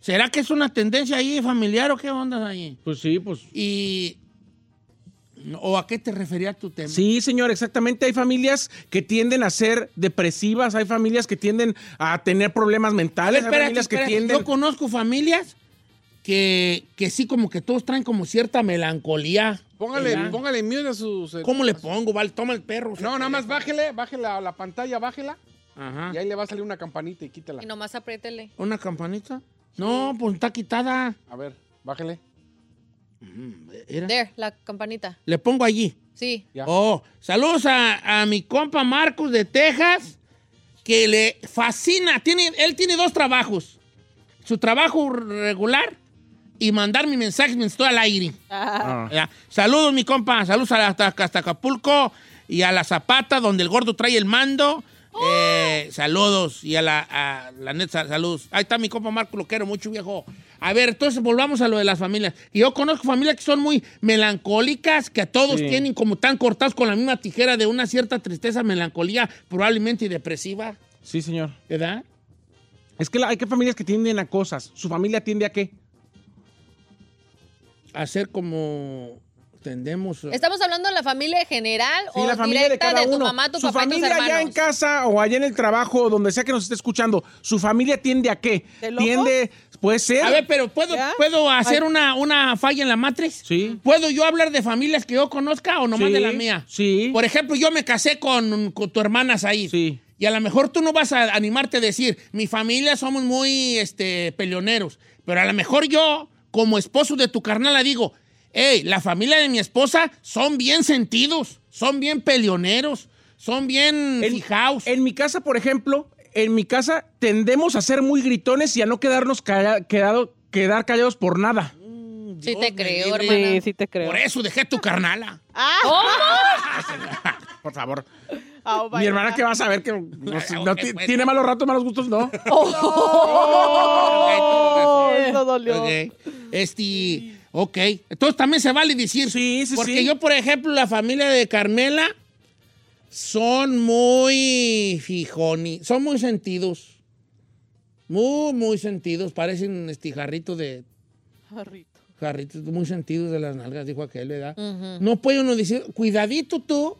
Speaker 1: ¿Será que es una tendencia ahí familiar o qué onda ahí?
Speaker 3: Pues sí, pues.
Speaker 1: Y. ¿O a qué te refería tu tema?
Speaker 3: Sí, señor, exactamente. Hay familias que tienden a ser depresivas, hay familias que tienden a tener problemas mentales, hay
Speaker 1: Espérate,
Speaker 3: familias que
Speaker 1: espérate.
Speaker 3: tienden.
Speaker 1: Yo conozco familias que, que sí, como que todos traen como cierta melancolía.
Speaker 4: Póngale,
Speaker 1: ¿verdad?
Speaker 4: póngale mute a sus. eh,
Speaker 1: ¿Cómo le pongo? Vale, toma el perro.
Speaker 4: No, nada más bájele, bájele a la pantalla, bájela.
Speaker 1: Ajá.
Speaker 4: Y ahí le va a salir una campanita y quítala.
Speaker 2: Y nomás apriétele.
Speaker 1: ¿Una campanita? No, pues está quitada. Mm,
Speaker 4: A ver, bájale.
Speaker 1: Era.
Speaker 2: There, la campanita.
Speaker 1: Le pongo allí.
Speaker 2: Sí.
Speaker 4: Ya.
Speaker 1: Oh, saludos a, a mi compa Marcus de Texas, que le fascina. Tiene, él tiene dos trabajos. Su trabajo regular y mandar mi mensaje mientras estoy al aire.
Speaker 3: Ah.
Speaker 1: Ya. Saludos, mi compa. Saludos a- hasta, hasta Acapulco y a La Zapata, donde el gordo trae el mando.
Speaker 3: Oh.
Speaker 1: Eh, saludos y a la, a la neta, saludos. Ahí está mi compa Marco, lo quiero mucho, viejo. A ver, entonces volvamos a lo de las familias. Y Yo conozco familias que son muy melancólicas, que a todos tienen como tan cortados con la misma tijera de una cierta tristeza, melancolía, probablemente depresiva,
Speaker 3: Sí, señor.
Speaker 1: ¿verdad?
Speaker 3: Es que la- hay que familias que tienden a cosas. ¿Su familia tiende a qué?
Speaker 1: A ser como tendemos.
Speaker 2: ¿Estamos hablando de la familia en general
Speaker 3: Sí,
Speaker 2: o
Speaker 3: la familia de
Speaker 2: directa
Speaker 3: cada
Speaker 2: de, tu
Speaker 3: uno.
Speaker 2: mamá, tu
Speaker 3: su
Speaker 2: papá y tus
Speaker 3: familia
Speaker 2: hermanos?
Speaker 3: allá en casa o allá en el trabajo o donde sea que nos esté escuchando, ¿su familia tiende a qué?
Speaker 8: ¿De locos?
Speaker 3: Tiende, puede ser.
Speaker 1: A ver, pero ¿puedo,
Speaker 8: ¿Ya?
Speaker 1: ¿puedo hacer
Speaker 8: Ay.
Speaker 1: una, una falla en la matriz?
Speaker 3: Sí.
Speaker 1: ¿Puedo yo hablar de familias que yo conozca o nomás
Speaker 3: Sí,
Speaker 1: de la mía?
Speaker 3: sí.
Speaker 1: Por ejemplo, yo me casé con, con tu hermana Said.
Speaker 3: Sí.
Speaker 1: Y a lo mejor tú no vas a animarte a decir, mi familia somos muy este, peleoneros. Pero a lo mejor yo, como esposo de tu carnala, digo, hey, la familia de mi esposa son bien sentidos, son bien peleoneros, son bien
Speaker 3: En-
Speaker 1: fijaos.
Speaker 3: En mi casa, por ejemplo, en mi casa tendemos a ser muy gritones y a no quedarnos calla- quedado, quedar callados por nada.
Speaker 2: Sí,
Speaker 1: Dios
Speaker 2: te
Speaker 1: me
Speaker 2: creo,
Speaker 1: libre.
Speaker 2: hermana.
Speaker 8: Sí, sí te creo.
Speaker 1: Por eso dejé tu carnala.
Speaker 3: Por favor.
Speaker 8: Oh,
Speaker 3: mi
Speaker 8: vaya.
Speaker 3: hermana que va a saber que no, si no
Speaker 1: ok,
Speaker 3: ti-
Speaker 1: pues.
Speaker 3: tiene malos ratos, malos gustos, no.
Speaker 8: Oh, eso dolió.
Speaker 1: Ok. Este, ok. Entonces también se vale decir.
Speaker 3: Sí, sí,
Speaker 1: Porque
Speaker 3: sí.
Speaker 1: yo, por ejemplo, la familia de Carmela son muy fijoni, son muy sentidos. Muy, muy sentidos. Parecen este jarrito de.
Speaker 8: Jarrito.
Speaker 1: Jarritos muy sentidos de las nalgas, dijo aquel, ¿verdad? No puede uno decir, cuidadito tú,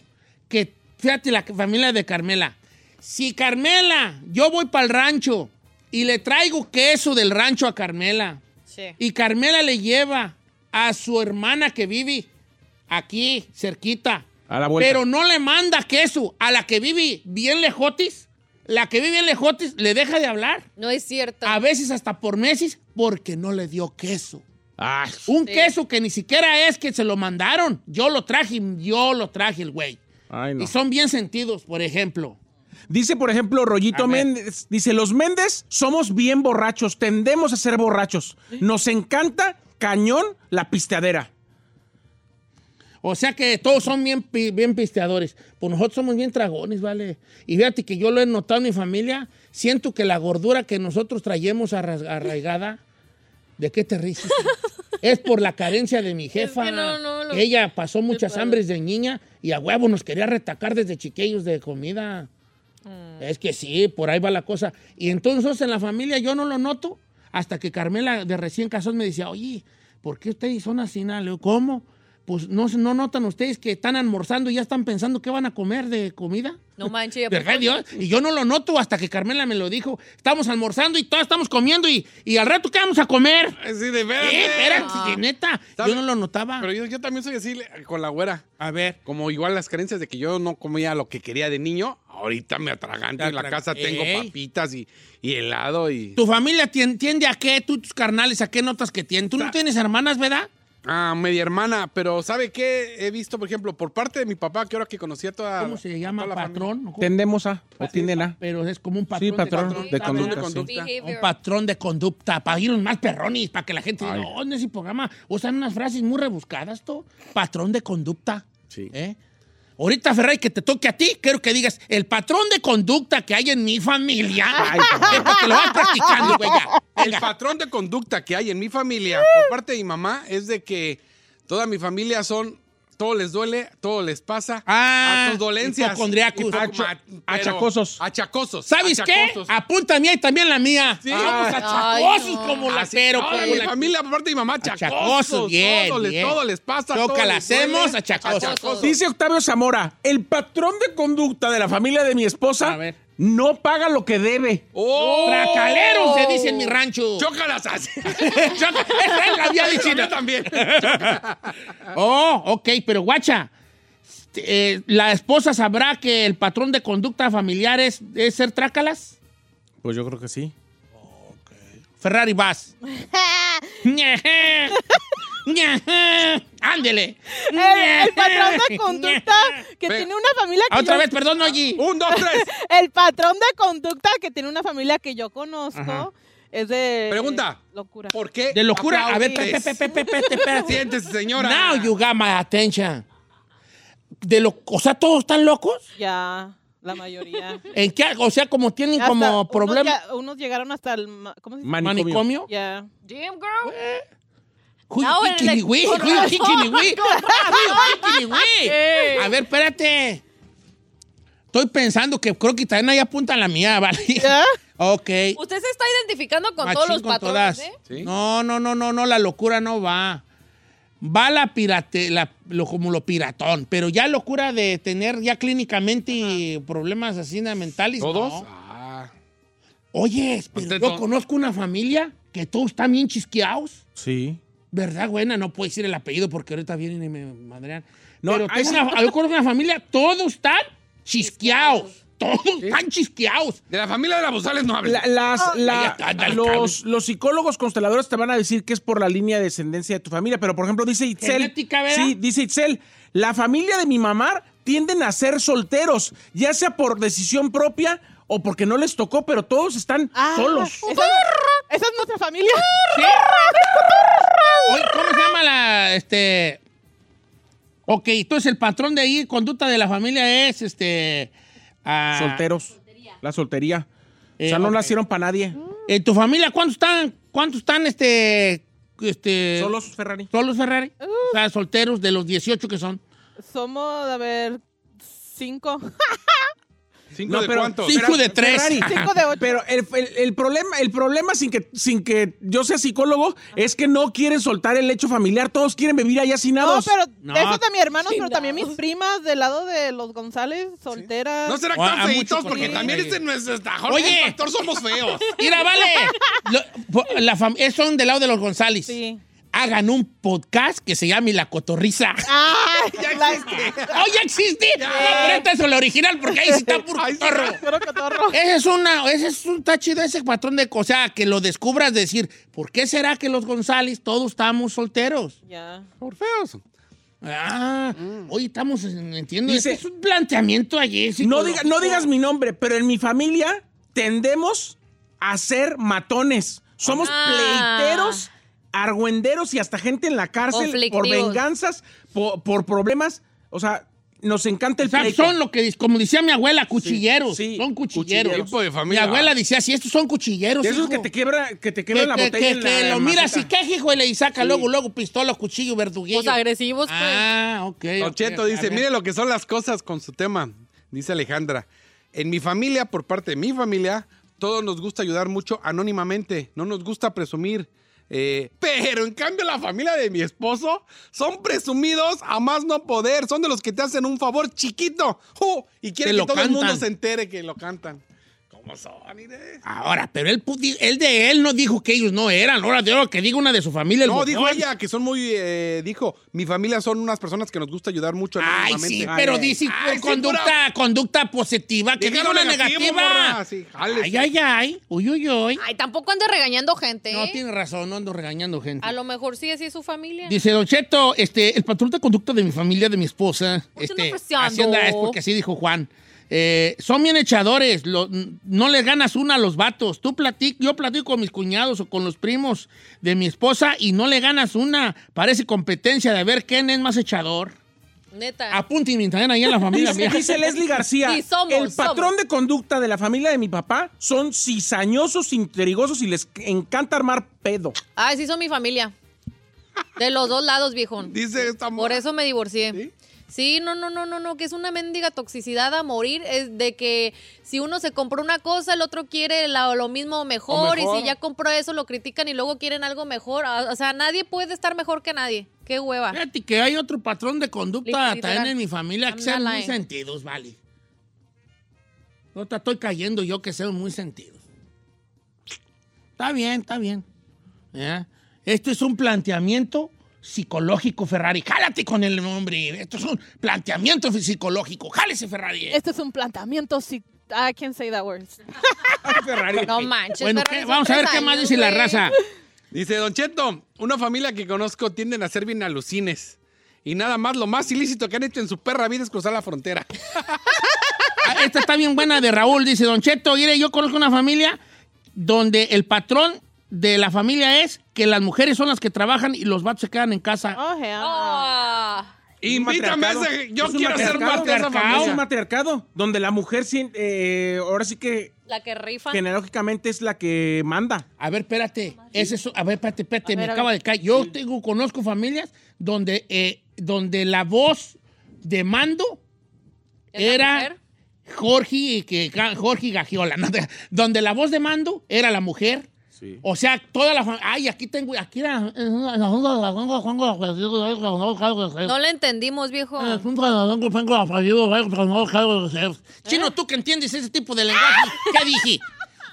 Speaker 1: que fíjate la familia de Carmela. Si Carmela, yo voy para el rancho y le traigo queso del rancho a Carmela,
Speaker 2: Sí.
Speaker 1: y Carmela le lleva a su hermana que vive aquí, cerquita.
Speaker 3: A la vuelta.
Speaker 1: Pero no le manda queso a la que vive bien lejotis. La que vive bien lejotis le deja de hablar.
Speaker 2: No es cierto.
Speaker 1: A veces hasta por meses porque no le dio queso.
Speaker 3: Ah,
Speaker 1: Un queso que ni siquiera es que se lo mandaron. Yo lo traje, yo lo traje el güey.
Speaker 3: ay, no.
Speaker 1: Y son bien sentidos, por ejemplo.
Speaker 3: Dice, por ejemplo, Rollito
Speaker 1: A ver.
Speaker 3: Méndez. Dice, los Méndez somos bien borrachos, tendemos a ser borrachos. Nos encanta cañón la pisteadera.
Speaker 1: O sea que todos son bien, pi- bien pisteadores. Pues nosotros somos bien tragones, ¿vale? Y fíjate que yo lo he notado en mi familia. Siento que la gordura que nosotros traemos arras- arraigada, ¿de qué te ríes? es por la carencia de mi jefa.
Speaker 2: que no, no, lo-
Speaker 1: Ella pasó muchas hambres de niña y a huevo nos quería retacar desde chiquillos de comida.
Speaker 2: Mm.
Speaker 1: Es que sí, por ahí va la cosa. Y entonces en la familia yo no lo noto hasta que Carmela de recién casón me decía, oye, ¿por qué ustedes son así? na?" Le digo, ¿Cómo? Pues no, se- no notan ustedes que están almorzando y ya están pensando qué van a comer de comida.
Speaker 2: No manches. ¿a poco?
Speaker 1: ¿Verdad, Dios? Y yo no lo noto hasta que Carmela me lo dijo. Estamos almorzando y todos estamos comiendo y, y al rato ¿qué vamos a comer?
Speaker 4: Sí, de veras.
Speaker 1: Eh, espérate,
Speaker 2: Ah.
Speaker 1: de neta.
Speaker 4: ¿Sabe?
Speaker 1: Yo no lo notaba.
Speaker 4: Pero yo, yo también soy así le- con la güera.
Speaker 1: A ver.
Speaker 4: Como igual las carencias de que yo no comía lo que quería de niño, ahorita me atraganto.
Speaker 1: Te
Speaker 4: En la
Speaker 1: atragan-
Speaker 4: casa tengo
Speaker 1: Ey.
Speaker 4: papitas y, y helado y...
Speaker 1: ¿Tu familia tien- tiende a qué? ¿Tú, tus carnales, a qué notas que tienen? ¿Tú no
Speaker 4: Ta-
Speaker 1: tienes hermanas, verdad?
Speaker 4: Ah, media hermana, pero ¿sabe qué? He visto, por ejemplo, por parte de mi papá, que ahora que conocía toda...
Speaker 1: ¿Cómo se llama?
Speaker 4: toda la familia.
Speaker 1: ¿Patrón? ¿Cómo?
Speaker 3: Tendemos a, o tienden a.
Speaker 1: Pero es como un patrón.
Speaker 3: Sí, patrón
Speaker 1: de
Speaker 3: de
Speaker 1: conducta.
Speaker 4: Patrón de
Speaker 3: conducta. sí.
Speaker 4: conducta.
Speaker 1: Un
Speaker 2: Behavior.
Speaker 1: patrón de conducta, para irnos más perrones, para que la gente diga, no, en ese programa usan unas frases muy rebuscadas, ¿tú? Patrón de conducta.
Speaker 4: Sí.
Speaker 1: ¿eh? Ahorita, Ferrari, que te toque a ti, quiero que digas, el patrón de conducta que hay en mi familia, es para que lo vas practicando, güey, ya.
Speaker 4: El
Speaker 1: Venga. Uh.
Speaker 4: patrón de conducta que hay en mi familia por parte de mi mamá es de que toda mi familia son, todo les duele, todo les pasa.
Speaker 1: Ah,
Speaker 4: a sus dolencias.
Speaker 1: hipocondriacos.
Speaker 4: Hipoco-
Speaker 3: Acha-
Speaker 4: pero-
Speaker 3: achacosos.
Speaker 4: Achacosos.
Speaker 1: ¿Sabes
Speaker 4: achacosos.
Speaker 1: qué? Apunta a mí y también la mía.
Speaker 4: Sí.
Speaker 1: Somos
Speaker 2: Ay,
Speaker 1: achacosos
Speaker 2: no.
Speaker 1: como la
Speaker 4: Así,
Speaker 1: cero,
Speaker 4: toda
Speaker 1: como
Speaker 4: mi
Speaker 1: la-
Speaker 4: familia por parte de mi mamá, achacosos.
Speaker 1: Achacosos, bien,
Speaker 4: todo, Les,
Speaker 1: bien.
Speaker 4: todo les pasa.
Speaker 1: Choca,
Speaker 4: todo les
Speaker 1: la hacemos,
Speaker 4: duele.
Speaker 1: achacosos.
Speaker 3: Dice Octavio Zamora, el patrón de conducta de la familia de mi
Speaker 1: A
Speaker 3: esposa
Speaker 1: ver.
Speaker 3: no paga lo que debe.
Speaker 4: ¡Oh!
Speaker 1: Tracaleros, se dice en mi rancho.
Speaker 4: Chócalas así.
Speaker 1: Choca. Esa es la vía de China.
Speaker 4: también.
Speaker 1: Oh, ok, pero guacha. eh, ¿la esposa sabrá que el patrón de conducta familiar es, es ser trácalas?
Speaker 3: Pues yo creo que sí.
Speaker 1: Ferrari vas. Ándele.
Speaker 8: El, el patrón de conducta que
Speaker 1: Ve-
Speaker 8: tiene una familia que
Speaker 1: Otra
Speaker 8: yo-
Speaker 1: vez, perdón, Oji.
Speaker 4: Ah, ¡Un, dos, tres!
Speaker 8: El patrón de conducta que tiene una familia que yo conozco
Speaker 1: Ajá.
Speaker 8: es de
Speaker 4: Pregunta.
Speaker 8: locura.
Speaker 4: ¿Por qué?
Speaker 1: De locura. A ver,
Speaker 4: aplaudes?
Speaker 1: pe- pe- pe- pe- pe- pe- espérate.
Speaker 4: Siéntese, señora.
Speaker 1: Now you got my attention. De lo, o sea, ¿todos están locos?
Speaker 8: Ya, la mayoría.
Speaker 1: ¿En qué? O sea, como tienen
Speaker 8: Hasta
Speaker 1: como
Speaker 8: unos
Speaker 1: problemas.
Speaker 8: ya- Unos, llegaron hasta el ma- ¿cómo se dice?
Speaker 1: ¿Manicomio?
Speaker 8: Ya.
Speaker 2: Damn, girl.
Speaker 1: Who you
Speaker 2: Now
Speaker 1: thinking me
Speaker 2: it's
Speaker 1: we?
Speaker 2: like-
Speaker 1: Who you thinking me we? Who you thinking me we? A ver, espérate. Estoy pensando que creo que también ahí apunta la mía, ¿vale? Ok.
Speaker 2: Usted se está identificando con
Speaker 1: Machín
Speaker 2: todos los
Speaker 1: con
Speaker 2: patrones,
Speaker 1: todas.
Speaker 2: ¿eh?
Speaker 4: ¿Sí?
Speaker 1: No, no, no, no, no, la locura no va. Va la pirate, la- lo, como lo piratón, pero ya locura de tener ya clínicamente problemas así na- mentales.
Speaker 4: ¿Todos?
Speaker 1: no.
Speaker 4: Ah,
Speaker 1: Oye, pero
Speaker 4: Usted
Speaker 1: yo
Speaker 4: no.
Speaker 1: conozco una familia que todos están bien chisqueados.
Speaker 3: Sí.
Speaker 1: ¿Verdad, buena? No puedo decir el apellido porque ahorita vienen y me madrean.
Speaker 3: No,
Speaker 1: pero
Speaker 3: ahí
Speaker 1: tengo una, yo conozco una familia, todos están chisqueados. Todos están chisqueados.
Speaker 4: de la familia de la Bozales no habla.
Speaker 3: La- las,
Speaker 2: Ah.
Speaker 3: la-
Speaker 1: Ay, ya, ándale,
Speaker 3: los, los psicólogos consteladores te van a decir que es por la línea de descendencia de tu familia, pero por ejemplo dice Itzel,
Speaker 1: Genética, ¿verdad?
Speaker 3: sí, dice Itzel, la familia de mi mamá tienden a ser solteros, ya sea por decisión propia o porque no les tocó, pero todos están
Speaker 8: Ah,
Speaker 3: solos.
Speaker 8: Esa, esa es nuestra familia.
Speaker 1: ¿Sí? Oye, ¿Cómo se llama la, este... Ok, entonces el patrón de ahí, conducta de la familia es, este... ah,
Speaker 3: Solteros. La soltería.
Speaker 1: Eh,
Speaker 3: o sea, no
Speaker 1: ok. Mm.
Speaker 3: nacieron para nadie.
Speaker 1: ¿En tu familia cuántos están, cuántos están, este... este
Speaker 3: Solos, Ferrari.
Speaker 1: Solos, Ferrari. O sea, solteros de los 18 que son.
Speaker 8: Somos, a ver, cinco.
Speaker 4: ¿Cinco
Speaker 3: No,
Speaker 4: de
Speaker 3: pero-
Speaker 4: cuántos?
Speaker 3: sí,
Speaker 1: Cinco
Speaker 3: Ferrari,
Speaker 1: de tres.
Speaker 3: Ferrari.
Speaker 8: Cinco de ocho.
Speaker 3: Pero el, el- el problema, el problema sin que, sin que yo sea psicólogo es que no quieren soltar el hecho familiar. Todos quieren vivir allá
Speaker 8: No,
Speaker 3: hacinados.
Speaker 8: pero
Speaker 1: No.
Speaker 8: eso de mis hermanos,
Speaker 2: Sí,
Speaker 8: pero también
Speaker 2: no.
Speaker 8: mis primas del lado de los González, solteras.
Speaker 4: No serán
Speaker 1: Ah,
Speaker 4: tan
Speaker 1: mucho
Speaker 4: feitos porque
Speaker 1: contenido,
Speaker 4: también
Speaker 1: oye.
Speaker 4: este nuestro tajón.
Speaker 1: Oye.
Speaker 4: el factor somos feos.
Speaker 1: Mira, vale. Lo- po- la fam- eh, son del lado de los González.
Speaker 8: Sí.
Speaker 1: Hagan un podcast que se llame La Cotorriza.
Speaker 8: Ah, la-
Speaker 1: ¡Oh, ya existe! No, pero esta es la original porque ahí sí está puro cotorro.
Speaker 8: Puro cotorro.
Speaker 1: Ese es, una, ese es un tachido, ese patrón de... co- O sea, que lo descubras, decir, ¿por qué será que los González todos estamos solteros?
Speaker 8: Ya.
Speaker 4: Por feos.
Speaker 1: Ah, hoy estamos, en- entiendo,
Speaker 3: Mm. Dice-
Speaker 1: ese es un planteamiento ayer.
Speaker 3: no,
Speaker 1: psicológico.
Speaker 3: diga- no digas mi nombre, pero en mi familia tendemos a ser matones. Somos
Speaker 2: Ah.
Speaker 3: pleiteros, argüenderos y hasta gente en la cárcel por
Speaker 2: Conflictivos.
Speaker 3: venganzas, por, por problemas. O sea, nos encanta el
Speaker 1: O sea,
Speaker 3: pleito.
Speaker 1: son lo que, dice- como decía mi abuela, cuchilleros.
Speaker 3: sí,
Speaker 1: son cuchilleros.
Speaker 3: cuchilleros.
Speaker 4: Tipo de
Speaker 1: Mi
Speaker 4: familia.
Speaker 1: abuela decía así, estos son cuchilleros.
Speaker 3: De esos
Speaker 1: hijo.
Speaker 3: que te quiebra, que te quiebra la
Speaker 1: que-
Speaker 3: botella.
Speaker 1: que-
Speaker 3: en la-
Speaker 1: que
Speaker 3: en la
Speaker 1: lo mira
Speaker 3: maceta.
Speaker 1: así, que hijo, y le saca luego, luego pistola, cuchillo, verduguillo.
Speaker 2: Los agresivos, pues.
Speaker 1: Ah, ok.
Speaker 4: Don
Speaker 1: ok,
Speaker 4: Cheto
Speaker 1: a
Speaker 4: dice,
Speaker 1: ver.
Speaker 4: mire lo que son las cosas con su tema, dice Alejandra. En mi familia, por parte de mi familia, todos nos gusta ayudar mucho anónimamente, no nos gusta presumir. eh, pero en cambio la familia de mi esposo son presumidos a más no poder, son de los que te hacen un favor chiquito ¡uh! y quieren que
Speaker 1: Te lo
Speaker 4: todo el mundo
Speaker 1: cantan.
Speaker 4: se entere que lo cantan. ¿Cómo son? mire?
Speaker 1: Ahora, pero él, pu- di- él de él no dijo que ellos no eran. Ahora de oro que diga una de su familia. el
Speaker 4: No,
Speaker 1: botón.
Speaker 4: dijo ella que son muy, eh, dijo, mi familia son unas personas que nos gusta ayudar mucho
Speaker 1: Ay,
Speaker 4: anónimamente.
Speaker 1: sí,
Speaker 3: Ay,
Speaker 1: pero
Speaker 3: ay.
Speaker 1: dice por
Speaker 4: Ay, sí,
Speaker 1: conducta, conducta positiva, que
Speaker 4: Diga
Speaker 1: diga
Speaker 4: lo
Speaker 1: una
Speaker 4: negativo,
Speaker 1: negativa.
Speaker 4: morra, sí, jálese.
Speaker 1: ay, ay, ay. Uy, uy, uy.
Speaker 2: Ay, tampoco ande regañando gente,
Speaker 1: No
Speaker 2: Ah, ¿eh?
Speaker 1: tiene razón, no ando regañando gente.
Speaker 2: A lo mejor sí, así es su familia.
Speaker 1: Dice Don Cheto, este, el patrón de conducta de mi familia, de mi esposa,
Speaker 2: ¿Por qué
Speaker 1: este,
Speaker 2: no apreciando?
Speaker 1: hacienda, es porque así dijo Juan. eh, son bien echadores, lo- n- no les ganas una a los vatos. Tú platic, yo platico con mis cuñados o con los primos de mi esposa y no le ganas una. Parece competencia de ver quién es más echador.
Speaker 2: Neta.
Speaker 1: Apúntenme también ahí en la familia
Speaker 3: Dice,
Speaker 1: mía.
Speaker 3: dice Leslie García,
Speaker 2: Sí, somos,
Speaker 3: el patrón
Speaker 2: somos.
Speaker 3: de conducta de la familia de mi papá son cizañosos, intrigosos y les encanta armar pedo.
Speaker 2: Ay, sí, son mi familia. De los dos lados, viejón.
Speaker 4: Dice esta
Speaker 2: Por
Speaker 4: morra.
Speaker 2: eso me divorcié. ¿Sí? no, no, no, no, no, que es una mendiga toxicidad a morir, es de que si uno se compró una cosa, el otro quiere la- lo mismo o mejor, y si ya compró eso, lo critican y luego quieren algo mejor. Ah, O sea, nadie puede estar mejor que nadie. Qué hueva.
Speaker 1: Fíjate que hay otro patrón de conducta
Speaker 2: Literal.
Speaker 1: también en mi familia que
Speaker 2: I'm
Speaker 1: sean
Speaker 2: not
Speaker 1: muy
Speaker 2: lying.
Speaker 1: sentidos, vale. No te estoy cayendo yo que sean muy sentidos. Está bien, está bien. ¿Ya? Esto es un planteamiento psicológico Ferrari. Jálate con el nombre. Esto es un planteamiento psicológico. Jálese Ferrari.
Speaker 8: Este es un planteamiento. Si I can't say that word.
Speaker 1: Ferrari.
Speaker 2: No manches.
Speaker 1: Bueno,
Speaker 2: Ferrari,
Speaker 1: ¿qué?
Speaker 2: son
Speaker 1: vamos a ver
Speaker 2: tres
Speaker 1: qué más
Speaker 2: años,
Speaker 1: dice la
Speaker 2: güey.
Speaker 1: raza.
Speaker 4: Dice, Don Cheto, una familia que conozco tienden a ser bien alucines. Y nada más, lo más ilícito que han hecho en su perra vida es cruzar la frontera.
Speaker 1: Ah, Esta está bien buena de Raúl. Dice, Don Cheto, mire, yo conozco una familia donde el patrón de la familia es que las mujeres son las que trabajan y los vatos se quedan en casa.
Speaker 8: Oh, hell no.
Speaker 2: Ah,
Speaker 4: Invítame a ese, yo quiero ser parte de esa
Speaker 3: Es un
Speaker 4: familia.
Speaker 3: matriarcado donde la mujer, sí, eh, ahora sí que
Speaker 2: la que rifa.
Speaker 3: genealógicamente es la que manda.
Speaker 1: A ver, espérate. Ese es- a ver, espérate, espérate.
Speaker 8: A
Speaker 1: me
Speaker 8: ver, a
Speaker 1: acaba
Speaker 8: ver.
Speaker 1: de caer. Yo tengo, conozco familias donde, eh, donde la voz de mando
Speaker 2: ¿Es la
Speaker 1: era
Speaker 2: mujer?
Speaker 1: Jorge, y que, Jorge Gagiola, ¿no? donde la voz de mando era la mujer. O sea, toda la fam- Ay, aquí tengo. Aquí era.
Speaker 2: No la entendimos, viejo.
Speaker 1: Ah, ¿Eh? Chino, tú que entiendes ese tipo de lenguaje, ¿qué dije?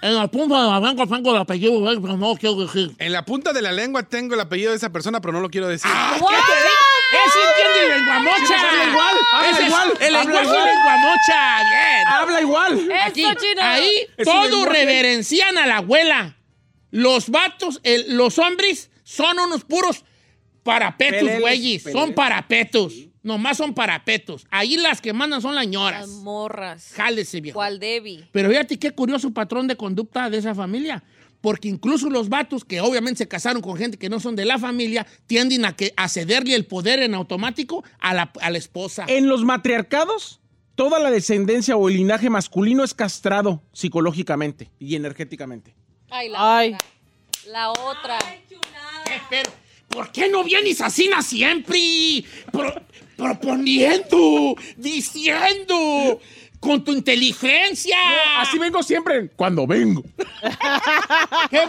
Speaker 1: En la punta de la lengua tengo el apellido, pero no quiero decir.
Speaker 4: En la punta de la lengua tengo el apellido de esa persona, pero no lo quiero decir.
Speaker 1: Ah, ¡Ese entiende lenguamocha!
Speaker 3: habla igual, habla
Speaker 1: Ese es
Speaker 3: igual,
Speaker 1: el
Speaker 3: habla
Speaker 1: lenguaje
Speaker 3: igual.
Speaker 1: lenguamocha. Bien.
Speaker 3: Habla igual.
Speaker 1: Aquí,
Speaker 2: Eso, chino.
Speaker 1: ahí
Speaker 3: Es un
Speaker 1: todos
Speaker 3: lenguaje.
Speaker 1: reverencian a la abuela. Los vatos, el- los hombres son unos puros parapetos,
Speaker 3: Peleles,
Speaker 1: güeyes. Son
Speaker 3: peleles.
Speaker 1: parapetos. Nomás son parapetos. Ahí las que mandan son las ñoras.
Speaker 2: Las morras.
Speaker 1: Jálese, viejo.
Speaker 2: ¿Cuál Debbie?
Speaker 1: Pero fíjate qué curioso patrón de conducta de esa familia. Porque incluso los vatos, que obviamente se casaron con gente que no son de la familia, tienden a, que, a cederle el poder en automático a la, a la esposa.
Speaker 3: En los matriarcados, toda la descendencia o el linaje masculino es castrado psicológicamente y energéticamente.
Speaker 2: Ay, la
Speaker 8: Ay.
Speaker 2: otra. La otra.
Speaker 1: Eh, pero, ¿por qué no vienes así na siempre? Pro- proponiendo, diciendo, con tu inteligencia.
Speaker 3: Así vengo siempre cuando vengo.
Speaker 1: ¿Qué?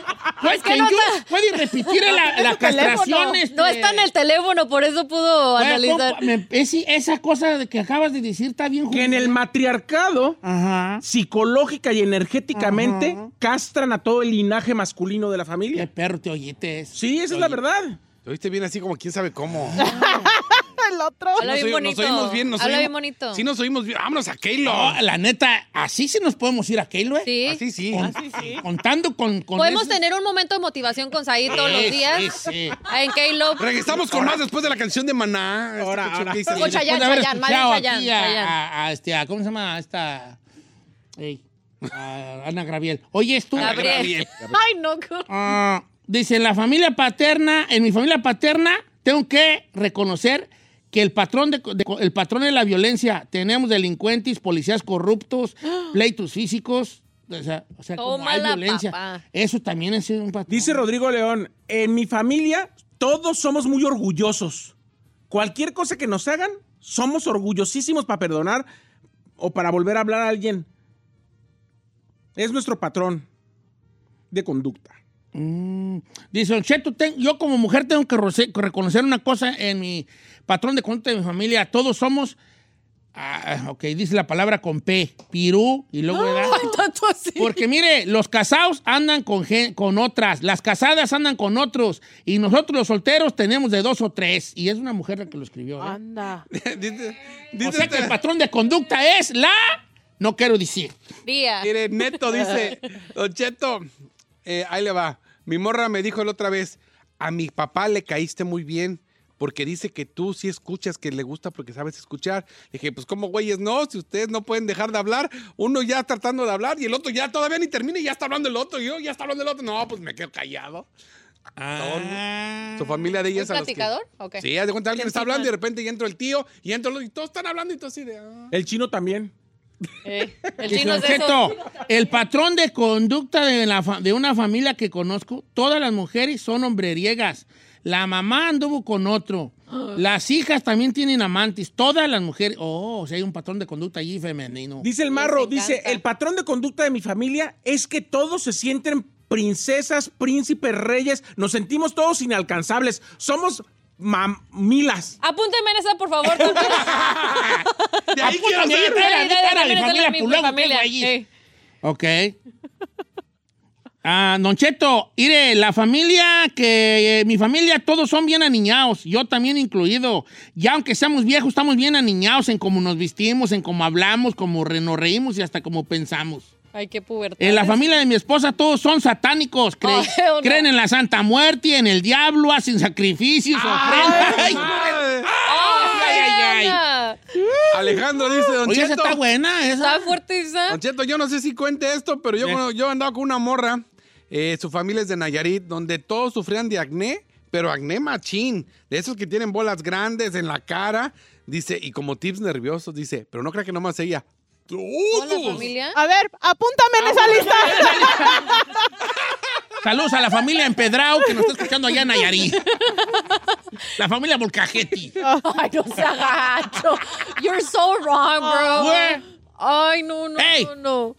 Speaker 1: Pues, can you- puedes repetir la, la castración. este?
Speaker 2: No está en el teléfono, por eso pudo
Speaker 1: Oye,
Speaker 2: analizar.
Speaker 1: compa, me- ese- esa cosa de que acabas de decir está bien
Speaker 3: Que en el matriarcado,
Speaker 1: Ajá.
Speaker 3: psicológica y energéticamente, castran a todo el linaje masculino de la
Speaker 1: Qué
Speaker 3: familia.
Speaker 1: perro te oyetes.
Speaker 3: Sí, esa es la verdad.
Speaker 4: Lo viste bien así como quién sabe cómo.
Speaker 8: El otro.
Speaker 2: Habla bien
Speaker 4: oí-
Speaker 2: bonito.
Speaker 4: oímos bien. Nos
Speaker 2: Habla
Speaker 4: oímos-
Speaker 2: bien bonito.
Speaker 4: Sí, nos oímos bien. Vámonos a Keilo.
Speaker 1: No, la neta, así sí nos podemos ir a Keilo, ¿eh?
Speaker 2: Sí.
Speaker 4: Así sí.
Speaker 1: Con- Contando con. con
Speaker 2: Podemos
Speaker 1: esos-
Speaker 2: tener un momento de motivación con Said todos los
Speaker 1: Sí,
Speaker 2: días.
Speaker 1: sí, sí.
Speaker 2: En K-Love.
Speaker 4: Regresamos con más después de la canción de Maná. Esta
Speaker 3: Ahora,
Speaker 4: canción
Speaker 3: ahora.
Speaker 4: que dice-
Speaker 2: Con
Speaker 1: Después
Speaker 2: Chayanne,
Speaker 1: de haber
Speaker 2: Chayanne, madre
Speaker 1: escuchado
Speaker 2: Chayanne,
Speaker 1: aquí a-
Speaker 2: Chayanne.
Speaker 1: a- a este, a- ¿Cómo se llama? A esta. Ey, a Ana Graviel. Oye, tú.
Speaker 2: Gabriel. Ay, no. co-
Speaker 1: Ah, dice, en la familia paterna, en mi familia paterna, tengo que reconocer que el patrón de, de- el patrón de la violencia, tenemos delincuentes, policías corruptos, pleitos físicos, o sea, o sea, como hay
Speaker 2: Tómala,
Speaker 1: violencia.
Speaker 2: papá.
Speaker 1: Eso también es un patrón.
Speaker 3: Dice Rodrigo León, en mi familia todos somos muy orgullosos. Cualquier cosa que nos hagan, somos orgullosísimos para perdonar o para volver a hablar a alguien. Es nuestro patrón de conducta.
Speaker 1: Mm. Dice, "Don Cheto, ten- yo como mujer tengo que roce- reconocer una cosa en mi patrón de conducta de mi familia. Todos somos, ah, ok, dice la palabra con P, pirú, y luego edad.
Speaker 2: Tanto así.
Speaker 1: Porque mire, los casados andan con, gen- con otras, las casadas andan con otros, y nosotros los solteros tenemos de dos o tres. Y es una mujer la que lo escribió. ¿eh?
Speaker 8: Anda.
Speaker 4: Dice-
Speaker 1: O
Speaker 4: dice
Speaker 1: sea que
Speaker 4: este-
Speaker 1: el patrón de conducta es la... No quiero decir.
Speaker 2: Día.
Speaker 4: Mire, Neto dice, Don Cheto, eh, ahí le va. Mi morra me dijo la otra vez, a mi papá le caíste muy bien, porque dice que tú sí escuchas, que le gusta porque sabes escuchar. Le dije, pues como güeyes, no, si ustedes no pueden dejar de hablar, uno ya tratando de hablar y el otro ya todavía ni termina y ya está hablando el otro, y yo ya está hablando el otro. No, pues me quedo callado.
Speaker 1: Ah.
Speaker 4: Son- su familia de
Speaker 2: ¿Un
Speaker 4: ellas a los que-
Speaker 2: platicador? Ok.
Speaker 4: Sí, haz de cuenta alguien está hablando y de repente ya entra el tío y entra el otro y todos están hablando y todo así de... ah.
Speaker 3: El chino también.
Speaker 2: Eh, el
Speaker 1: Dice,
Speaker 2: chino es
Speaker 1: "Don
Speaker 2: de esos.
Speaker 1: Cheto, el patrón de conducta de, la fa- de una familia que conozco, todas las mujeres son hombreriegas. La mamá anduvo con otro. Las hijas también tienen amantes. Todas las mujeres. Oh, o sea, hay un patrón de conducta allí femenino.
Speaker 3: Dice el marro,
Speaker 2: Les
Speaker 3: dice,
Speaker 2: encanta.
Speaker 3: el patrón de conducta de mi familia es que todos se sienten princesas, príncipes, reyes, nos sentimos todos inalcanzables, somos mamilas.
Speaker 2: Apúnteme en esa, por favor. también.
Speaker 4: De ahí quiero
Speaker 1: Apúntame,
Speaker 4: ser.
Speaker 1: Era,
Speaker 2: Dale, Eh, dale,
Speaker 1: era mi
Speaker 2: también es de la
Speaker 1: familia,
Speaker 2: mi
Speaker 1: pues, luego, ¿qué
Speaker 2: familia.
Speaker 1: güeyes?
Speaker 2: Eh,
Speaker 1: Ok. Ah, Don Cheto, mire, la familia que, eh, mi familia, todos son bien aniñados, yo también incluido. Ya aunque seamos viejos, estamos bien aniñados en cómo nos vestimos, en cómo hablamos, cómo re- nos reímos y hasta cómo pensamos.
Speaker 8: Ay, qué pubertad.
Speaker 1: En la familia de mi esposa todos son satánicos, cre-
Speaker 8: Oh, hell no.
Speaker 1: creen en la Santa Muerte, en el diablo, hacen sacrificios,
Speaker 8: Ah.
Speaker 1: ofrendas. Ay, ay, ay, ay.
Speaker 8: Ana,
Speaker 4: Alejandro dice, Don
Speaker 1: Oye, esa
Speaker 4: Cheto.
Speaker 1: está buena, esa.
Speaker 8: Está fuerte esa.
Speaker 4: Don Cheto, yo no sé si cuente esto, pero yo,
Speaker 1: Eh.
Speaker 4: cuando- yo andaba con una morra, eh, su familia es de Nayarit, donde todos sufrían de acné, pero acné machín, de esos que tienen bolas grandes en la cara, dice, y como tips nerviosos, dice, pero no crea que nomás ella.
Speaker 2: ¿Toda la
Speaker 4: ¡Todos!
Speaker 2: familia?
Speaker 10: A ver, apúntame
Speaker 4: Ah,
Speaker 10: en esa lista.
Speaker 1: Saludos a la familia Empedrao que nos está escuchando allá en Nayarit. La familia Volcajeti.
Speaker 2: Ay, no se agacho. You're so wrong,
Speaker 3: Oh,
Speaker 2: bro.
Speaker 1: Güey.
Speaker 2: Ay, no, no,
Speaker 1: Ey.
Speaker 2: no, no.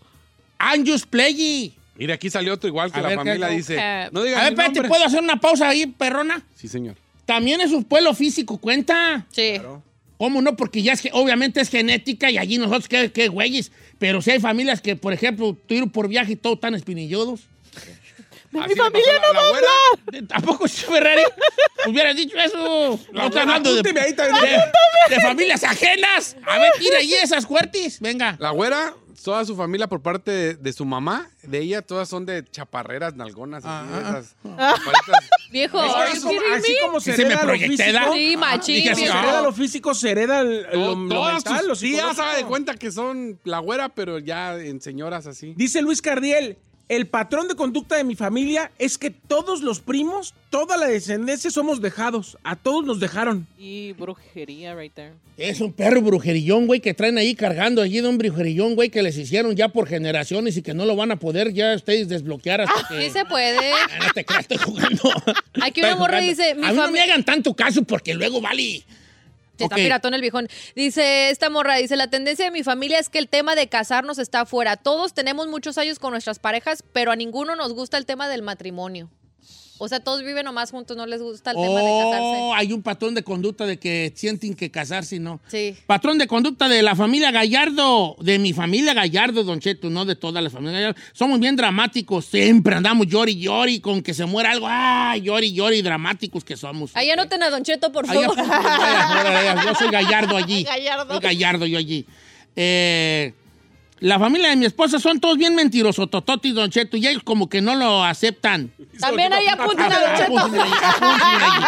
Speaker 1: Anjus Playi.
Speaker 4: Mira, aquí salió otro igual que
Speaker 1: A
Speaker 4: la
Speaker 1: ver, ¿qué
Speaker 4: familia,
Speaker 1: hago?
Speaker 4: dice.
Speaker 8: Eh,
Speaker 4: No digan
Speaker 1: A ver,
Speaker 4: mi
Speaker 1: espérate,
Speaker 4: nombre".
Speaker 1: ¿puedo hacer una pausa ahí, perrona?
Speaker 4: Sí, señor.
Speaker 1: También es un pueblo físico, cuenta.
Speaker 2: Sí.
Speaker 1: ¿Cómo no? Porque ya es que obviamente es genética y allí nosotros qué, qué güeyes. Pero si hay familias que, por ejemplo, tuvieron por viaje y todo tan espinilludos.
Speaker 4: Mi familia no va a
Speaker 1: Tampoco si Ferrari hubiera dicho eso. No está hablando de,
Speaker 4: apúnteme ahí también.
Speaker 1: de- de familias ajenas. A ver, tira ahí esas fuertes. Venga.
Speaker 4: La güera, toda su familia por parte de, de su mamá, de ella, todas son de chaparreras, nalgonas, así,
Speaker 1: Ah.
Speaker 4: esas. chaparritas.
Speaker 2: Viejo,
Speaker 3: Es que
Speaker 2: are
Speaker 3: así
Speaker 2: you
Speaker 3: como-
Speaker 2: kidding
Speaker 3: así
Speaker 2: me?
Speaker 3: como
Speaker 1: Sí,
Speaker 3: se
Speaker 1: se me
Speaker 3: hereda lo
Speaker 1: proyecté, ¿da?
Speaker 3: físico,
Speaker 2: Sí, machín,
Speaker 1: Dije,
Speaker 3: se
Speaker 2: viejo.
Speaker 3: hereda lo físico, se hereda el- el- lo,
Speaker 4: To-
Speaker 3: lo
Speaker 4: todas
Speaker 3: mental,
Speaker 4: sus-
Speaker 3: lo psicológico.
Speaker 4: todas haga de cuenta que son la güera, pero ya en señoras así.
Speaker 3: Dice Luis Cardiel, el patrón de conducta de mi familia es que todos los primos, toda la descendencia somos dejados. A todos nos dejaron.
Speaker 8: Y brujería right there.
Speaker 1: Es un perro brujerillón, güey, que traen ahí cargando allí de un brujerillón, güey, que les hicieron ya por generaciones y que no lo van a poder ya ustedes desbloquear hasta que...
Speaker 2: Sí se puede.
Speaker 1: Ah, No te creas, estoy jugando.
Speaker 2: Aquí
Speaker 1: Estoy
Speaker 2: una morra
Speaker 1: jugando.
Speaker 2: dice, mi
Speaker 1: A mí no
Speaker 2: fami-
Speaker 1: me hagan tanto caso porque luego vale.
Speaker 2: Sí, Está
Speaker 1: Ok.
Speaker 2: piratón el viejón. Dice esta morra, dice, la tendencia de mi familia es que el tema de casarnos está afuera. Todos tenemos muchos años con nuestras parejas, pero a ninguno nos gusta el tema del matrimonio. O sea, todos viven nomás juntos, no les gusta el tema de
Speaker 1: Oh, hay un patrón de conducta de que sienten que casarse y no.
Speaker 2: casarse. Sí.
Speaker 1: Patrón de conducta de la familia Gallardo, de mi familia Gallardo, Don Cheto, no de todas las familias Gallardo. Somos bien dramáticos, siempre andamos llori, llori, con que se muera algo. Ah, llori, llori, dramáticos que somos.
Speaker 2: Ahí anoten a Don Cheto, por
Speaker 1: Ahí
Speaker 2: favor.
Speaker 1: apunten, vaya, vaya, vaya. Yo soy gallardo allí.
Speaker 10: Gallardo.
Speaker 1: Soy gallardo yo allí. Eh, la familia de mi esposa son todos bien mentirosos, Tototi y Don Cheto, y ellos como que no lo aceptan.
Speaker 2: También ahí apunten a Don Cheto.
Speaker 1: Apúntenme ahí, apúntenme ahí.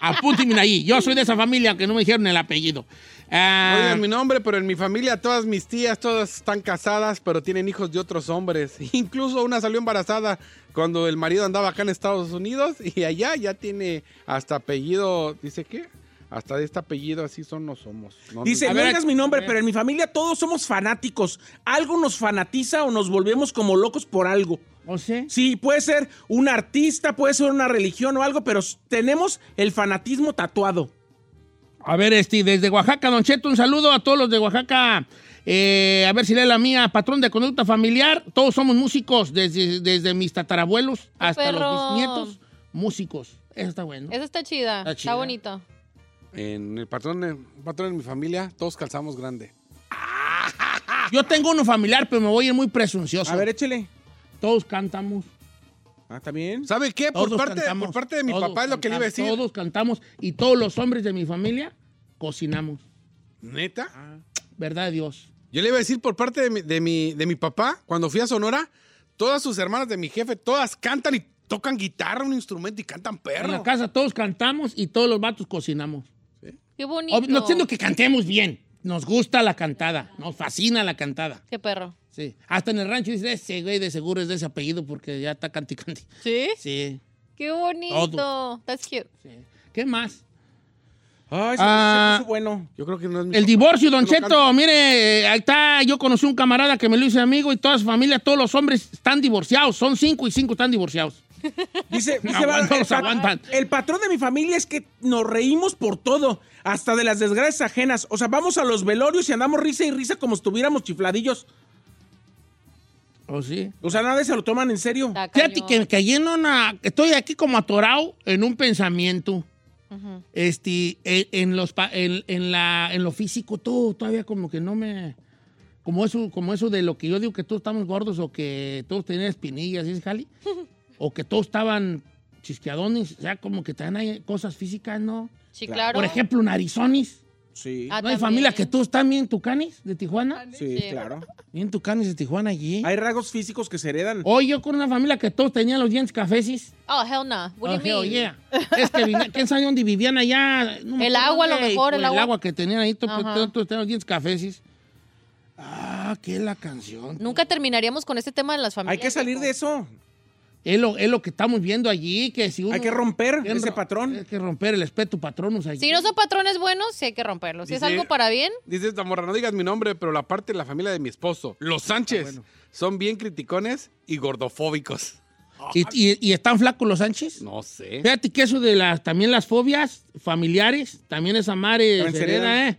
Speaker 1: Apúntenme ahí. Yo soy de esa familia, aunque no me dijeron el apellido.
Speaker 4: No
Speaker 1: Ah,
Speaker 4: digan mi nombre, pero en mi familia todas mis tías, todas están casadas, pero tienen hijos de otros hombres. Incluso una salió embarazada cuando el marido andaba acá en Estados Unidos y allá ya tiene hasta apellido, dice qué, hasta de este apellido así son no somos. No,
Speaker 3: Dice,
Speaker 4: no-
Speaker 3: no digas mi
Speaker 4: eh.
Speaker 3: nombre, pero en mi familia todos somos fanáticos. Algo nos fanatiza o nos volvemos como locos por algo.
Speaker 1: no sé.
Speaker 3: Sí, puede ser un artista, puede ser una religión o algo, pero s- tenemos el fanatismo tatuado.
Speaker 1: A ver, este, desde Oaxaca, Don Cheto, un saludo a todos los de Oaxaca. Eh, a ver si lee la mía, patrón de conducta familiar. Todos somos músicos, desde, desde mis tatarabuelos hasta los
Speaker 2: perro!
Speaker 1: bisnietos, músicos. Eso está bueno.
Speaker 2: Esa está chida,
Speaker 1: Está
Speaker 2: está,
Speaker 1: chida.
Speaker 2: bonito.
Speaker 4: En el patrón, el patrón de mi familia todos calzamos grande.
Speaker 1: Yo tengo uno familiar, pero me voy a ir muy presuncioso.
Speaker 3: A ver, échele.
Speaker 1: todos cantamos.
Speaker 3: Ah, también.
Speaker 4: ¿Sabe qué? Por
Speaker 1: todos
Speaker 4: parte,
Speaker 1: cantamos,
Speaker 4: por parte de mi
Speaker 1: todos
Speaker 4: papá es lo que le iba a
Speaker 1: cantamos,
Speaker 4: decir.
Speaker 1: Todos cantamos y todos los hombres de mi familia cocinamos.
Speaker 4: ¿Neta?
Speaker 1: Ah. ¿Verdad, de Dios?
Speaker 4: Yo le iba a decir por parte de mi, de mi, de mi papá, cuando fui a Sonora, todas sus hermanas de mi jefe, todas cantan y tocan guitarra, un instrumento y cantan
Speaker 1: En la
Speaker 4: perro.
Speaker 1: casa todos cantamos y todos los vatos cocinamos.
Speaker 2: Qué bonito.
Speaker 1: Ob- No siendo que cantemos bien. Nos gusta la cantada. Nos fascina la cantada.
Speaker 2: Qué perro.
Speaker 1: Sí. Hasta en el rancho dice, ese güey de seguro es de ese apellido porque ya está canti canti.
Speaker 2: ¿Sí?
Speaker 1: Sí,
Speaker 2: Qué bonito. That's cute.
Speaker 1: sí. ¿Qué más?
Speaker 3: Ay, se-
Speaker 1: Ah.
Speaker 3: se puso bueno.
Speaker 4: Yo creo que no es mi
Speaker 1: El
Speaker 4: papá.
Speaker 1: divorcio, Don
Speaker 4: Yo no
Speaker 1: Cheto. Mire, eh, ahí está. Yo conocí un camarada que me lo hice amigo y toda su familia, todos los hombres están divorciados. Son cinco y cinco están divorciados.
Speaker 3: Dice,
Speaker 1: No
Speaker 3: dice,
Speaker 1: aguantan,
Speaker 3: va-
Speaker 1: los
Speaker 3: pa-
Speaker 1: aguantan.
Speaker 3: el patrón de mi familia es que nos reímos por todo, hasta de las desgracias ajenas. O sea, vamos a los velorios y andamos risa y risa como si estuviéramos chifladillos.
Speaker 1: ¿O Oh, sí?
Speaker 3: O sea, nadie se lo toman en serio.
Speaker 2: Está
Speaker 1: Fíjate
Speaker 2: cañón.
Speaker 1: que me caí en una. Estoy aquí como atorado en un pensamiento.
Speaker 2: Ujú.
Speaker 1: Este, en, en los pa- en, en la, en lo físico, todo todavía como que no me. como eso, como eso de lo que yo digo que todos estamos gordos o que todos tenían espinillas, ¿sí, Jali? o que todos estaban chisqueadones, o sea, como que también hay cosas físicas, ¿no?
Speaker 2: Sí, claro. Ah,
Speaker 1: Por ejemplo, narizones.
Speaker 3: Sí.
Speaker 1: ¿No hay familias que todos están bien tucanes de Tijuana?
Speaker 3: Sí, claro.
Speaker 1: Bien tucanes de Tijuana allí.
Speaker 3: Hay rasgos físicos que se heredan.
Speaker 1: Hoy yo con una familia que todos tenían los dientes cafeces.
Speaker 2: Oh, hell no. What do you
Speaker 1: Oh,
Speaker 2: mean?
Speaker 1: yeah. Es que vivían- quién sabe dónde vivían allá. No me
Speaker 2: El
Speaker 1: acuerdo
Speaker 2: agua, a lo
Speaker 1: dónde,
Speaker 2: mejor,
Speaker 1: con
Speaker 2: el
Speaker 1: el
Speaker 2: agua.
Speaker 1: agua. que tenían ahí, todos
Speaker 2: Ajá.
Speaker 1: todos tenían los dientes cafeces. Ah, qué es la canción.
Speaker 2: Nunca terminaríamos con este tema de las familias.
Speaker 3: Hay que salir de eso.
Speaker 1: Es lo, es lo que estamos viendo allí, que si uno-
Speaker 3: Hay que romper
Speaker 1: Bien
Speaker 3: ese
Speaker 1: ro-
Speaker 3: patrón.
Speaker 1: Hay que romper el espeto patronus allí.
Speaker 2: Si no son patrones buenos, sí hay que romperlos. Si es
Speaker 4: Dice-
Speaker 2: algo para bien,
Speaker 4: Dice esta morra, no digas mi nombre, pero la parte de la familia de mi esposo, los
Speaker 1: Ah,
Speaker 4: Sánchez, son bien criticones y gordofóbicos.
Speaker 1: ¿Y, y- y están flacos los Sánchez?
Speaker 4: No sé.
Speaker 1: Fíjate que eso de las, también las fobias familiares, también esa madre
Speaker 3: También se
Speaker 1: se hereda, ¿eh?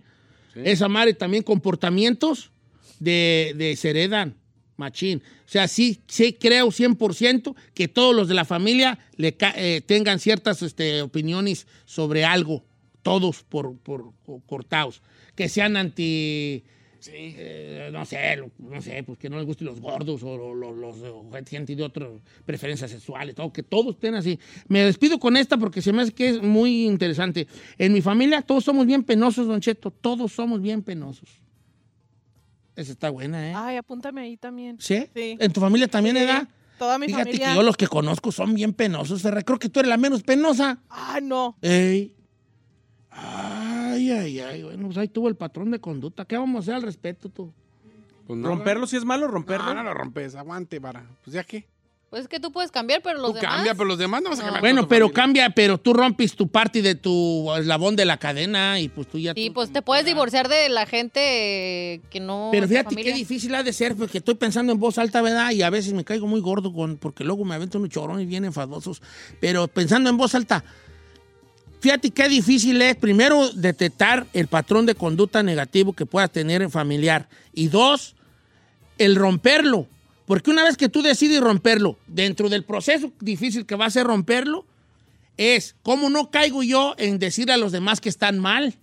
Speaker 1: Esa madre también comportamientos de, de se heredan, machín. O sea, sí, sí creo 100% que todos los de la familia le ca- eh, tengan ciertas este, opiniones sobre algo, todos por, por co- cortados, que sean anti... eh, no sé, lo- no sé, pues que no les gusten los gordos o lo- lo- los, eh, gente de otras preferencias sexuales, todo, que todos estén así. Me despido con esta porque se me hace que es muy interesante. En mi familia todos somos bien penosos, Don Cheto, todos somos bien penosos. Esa está buena, ¿eh?
Speaker 8: Ay, apúntame ahí también.
Speaker 1: ¿Sí?
Speaker 8: Sí.
Speaker 1: ¿En tu familia también era?
Speaker 8: Toda mi
Speaker 1: Fíjate
Speaker 8: familia.
Speaker 1: que yo los que conozco son bien penosos, Ferre. Creo que tú eres la menos penosa.
Speaker 8: Ah, no.
Speaker 1: Ey. Ay, ay, ay. Bueno, pues ahí tuvo el patrón de conducta. ¿Qué vamos a hacer al respecto tú?
Speaker 4: Pues nada.
Speaker 3: Romperlo si es malo,
Speaker 4: No,
Speaker 3: romperlo.
Speaker 4: no lo rompes, aguante, vara. Pues ya qué.
Speaker 2: pues es que tú puedes cambiar, pero los
Speaker 4: Tú
Speaker 2: demás.
Speaker 4: cambia, pero los demás no vas a cambiar.
Speaker 1: Bueno,
Speaker 4: con tu
Speaker 1: pero
Speaker 4: familia.
Speaker 1: cambia, pero tú rompes tu parte de tu eslabón de la cadena y pues tú ya...
Speaker 2: Sí,
Speaker 1: tú-
Speaker 2: pues te puedes divorciar de la gente eh, que no.
Speaker 1: Pero
Speaker 2: es de
Speaker 1: fíjate qué
Speaker 2: familia.
Speaker 1: difícil ha de ser, porque estoy pensando en voz alta, ¿verdad? Y a veces me caigo muy gordo con, porque luego me avento unos chorones bien enfadosos. Pero pensando en voz alta, fíjate qué difícil es, primero, detectar el patrón de conducta negativo que puedas tener en familiar. Y dos, el romperlo. Porque una vez que tú decides romperlo, dentro del proceso difícil que va a ser romperlo, es cómo no caigo yo en decir a los demás que están mal.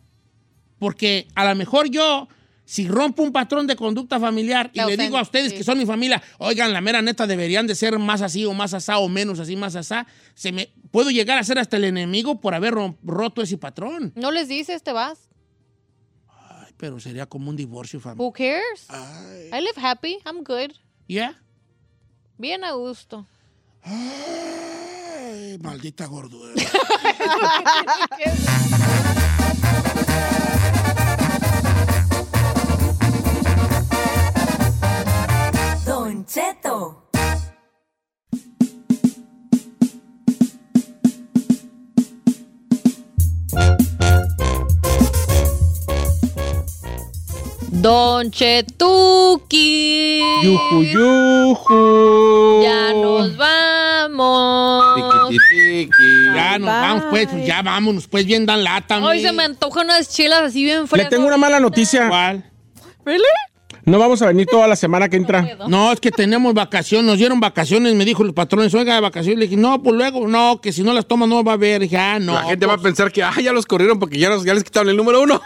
Speaker 1: Porque a lo mejor yo, si rompo un patrón de conducta familiar y
Speaker 2: Te
Speaker 1: le
Speaker 2: ofende,
Speaker 1: digo a ustedes
Speaker 2: sí.
Speaker 1: que son mi familia, oigan, la mera neta deberían de ser más así o más asá o menos así, más asá, se me, puedo llegar a ser hasta el enemigo por haber rom- roto ese patrón.
Speaker 2: No les dices, te vas.
Speaker 1: Ay, pero sería como un divorcio familiar.
Speaker 2: Who cares?
Speaker 1: Ay,
Speaker 2: I live happy. I'm good.
Speaker 1: ¿Ya?
Speaker 2: Bien a gusto.
Speaker 1: Ay, maldita gordura.
Speaker 11: Don Cheto.
Speaker 2: Don Chetuki.
Speaker 3: Yuju, yuju.
Speaker 2: Ya nos vamos.
Speaker 4: Tiqui, tiqui.
Speaker 1: Ya nos vamos, pues, pues, ya vámonos, pues bien dan lata.
Speaker 2: Hoy
Speaker 1: mi.
Speaker 2: se me antojan unas chelas así bien
Speaker 3: Le
Speaker 2: frescas.
Speaker 3: tengo una mala noticia.
Speaker 1: ¿Cuál?
Speaker 8: ¿Really?
Speaker 3: No vamos a venir toda la semana que entra.
Speaker 1: No, es que tenemos vacaciones, nos dieron vacaciones, me dijo los patrones, oiga, de vacaciones. Le dije, no, pues luego, no, que si no las toma no va a haber. Dije, ah, no.
Speaker 4: la gente
Speaker 1: pues,
Speaker 4: va a pensar que, ah, ya los corrieron porque ya, los- ya les quitaron el número uno.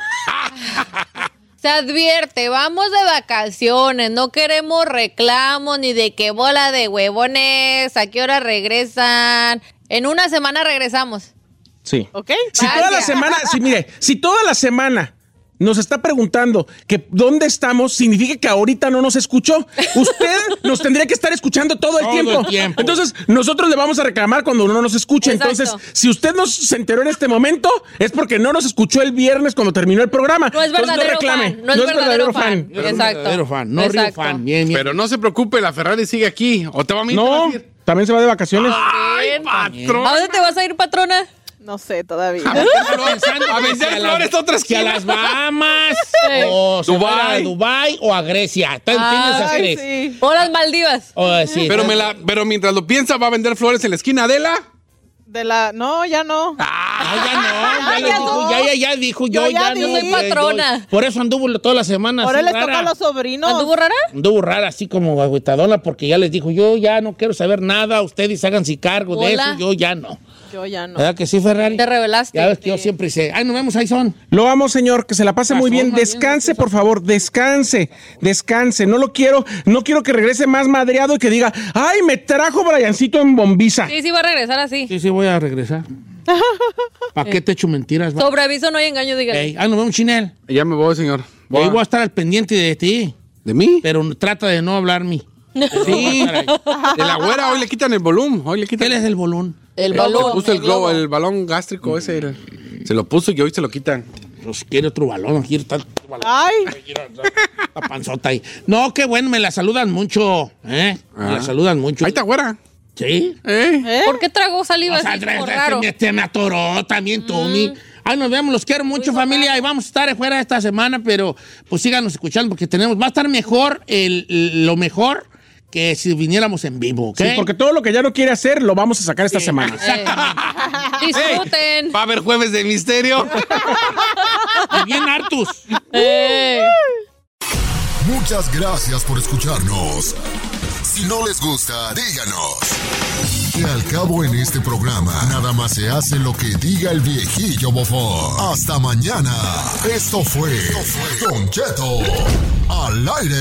Speaker 2: Se advierte, vamos de vacaciones, no queremos reclamos ni de qué bola de huevones, a qué hora regresan. En una semana regresamos.
Speaker 3: Sí.
Speaker 8: ¿Ok?
Speaker 3: Si
Speaker 2: Vaya.
Speaker 3: toda la semana, si mire, si toda la semana nos está preguntando que dónde estamos, significa que ahorita no nos escuchó. Usted nos tendría que estar escuchando todo el,
Speaker 1: Todo el
Speaker 3: tiempo.
Speaker 1: tiempo.
Speaker 3: Entonces, nosotros le vamos a reclamar cuando no nos escuche.
Speaker 2: Exacto.
Speaker 3: Entonces, si usted nos se enteró en este momento, es porque no nos escuchó el viernes cuando terminó el programa.
Speaker 2: No es
Speaker 3: Entonces,
Speaker 2: verdadero
Speaker 3: reclame.
Speaker 2: fan. No es verdadero fan.
Speaker 1: yo era un
Speaker 2: Exacto.
Speaker 1: verdadero fan, no río
Speaker 2: Exacto.
Speaker 1: fan. Bien, bien.
Speaker 4: Pero no se preocupe, la Ferrari sigue aquí. O te va a mentir.
Speaker 3: No, también se va de vacaciones.
Speaker 2: Ah.
Speaker 4: ¡Ay,
Speaker 2: Bien.
Speaker 4: patrón!
Speaker 2: ¿A dónde te vas a ir, patrona?
Speaker 8: No sé todavía.
Speaker 4: A vender flores a otra
Speaker 1: que a
Speaker 4: esquina.
Speaker 1: las Bahamas, o se
Speaker 4: Dubái.
Speaker 1: fuera a Dubái o a Grecia. Ten- Tienes esas
Speaker 8: Ay,
Speaker 1: tres.
Speaker 8: sí.
Speaker 2: O las Maldivas.
Speaker 1: Oh, sí.
Speaker 4: Pero, me la, pero mientras lo piensa, va a vender flores en la esquina, Adela.
Speaker 8: De la. No, ya no.
Speaker 1: Ah, ya no, ya,
Speaker 8: Ay,
Speaker 1: lo
Speaker 8: Ah, ya
Speaker 1: dijo,
Speaker 8: no.
Speaker 1: ya, ya, ya dijo yo,
Speaker 8: Yo
Speaker 1: ya,
Speaker 8: ya
Speaker 1: no
Speaker 8: di.
Speaker 1: me-
Speaker 8: Soy patrona.
Speaker 1: Por eso anduvo lo- toda la semana.
Speaker 8: Ahora
Speaker 1: así,
Speaker 8: les toca
Speaker 1: rara.
Speaker 8: a los sobrinos.
Speaker 2: ¿Anduvo rara?
Speaker 1: Anduvo rara, así como agüitadona, porque ya les dijo, yo ya no quiero saber nada, ustedes háganse cargo de
Speaker 2: Hola.
Speaker 1: eso, yo ya no.
Speaker 8: Yo ya no.
Speaker 1: ¿Verdad que sí, Ferrari?
Speaker 2: Te revelaste.
Speaker 1: Ya ves que yo siempre sé, ay, nos vemos, ahí son.
Speaker 3: Lo amo, señor, que se la pase muy bien. Descanse, por favor, descanse, descanse. No lo quiero, no quiero que regrese más madreado y que diga, ay, me trajo Briancito en bombiza.
Speaker 2: Sí, sí, va a regresar así.
Speaker 1: Sí, sí, voy a regresar. ¿Para
Speaker 8: Eh.
Speaker 1: qué te echo mentiras? va?
Speaker 2: Sobre aviso no hay engaño, dígale.
Speaker 1: Ey, ah, nos vemos, Chinel.
Speaker 4: Ya me voy, señor.
Speaker 1: Yo voy a estar al pendiente de ti.
Speaker 4: ¿De mí?
Speaker 1: Pero trata de no hablarme.
Speaker 4: Sí. De la güera, hoy le quitan el volumen. Hoy le quitan.
Speaker 1: ¿Cuál es el volumen?
Speaker 2: El
Speaker 4: No, se
Speaker 2: balón.
Speaker 4: le puso el globo, el balón gástrico ese. era. Se lo puso y hoy se lo quitan.
Speaker 1: Pues quiere otro balón, aquí está
Speaker 8: Ay,
Speaker 1: la panzota ahí. No, qué bueno, me la saludan mucho. ¿eh? Me
Speaker 3: Ah.
Speaker 1: la saludan mucho.
Speaker 4: Ahí está güera.
Speaker 1: Sí. Este,
Speaker 4: ¿Eh?
Speaker 8: ¿eh?
Speaker 2: ¿Por qué tragó saliva
Speaker 1: O sea,
Speaker 2: así
Speaker 1: tra-
Speaker 2: como
Speaker 1: tra-
Speaker 2: raro?
Speaker 1: me- te me atoró también tú, mi. Ay, nos vemos, los quiero mucho, familia. Y vamos a estar fuera esta semana, pero pues síganos escuchando porque tenemos. Va a estar mejor, el, el- lo mejor que si viniéramos en vivo, ¿ok?
Speaker 3: Sí, porque todo lo que ya no quiere hacer lo vamos a sacar esta semana.
Speaker 2: Disfruten.
Speaker 4: Va a haber jueves de misterio.
Speaker 1: Y bien, Artus.
Speaker 5: Eh,
Speaker 2: Ey.
Speaker 5: Muchas gracias por escucharnos. Si no les gusta, díganos. Que al cabo en este programa, nada más se hace lo que diga el viejillo bofón. Hasta mañana. Esto fue, Esto fue Don Cheto al aire.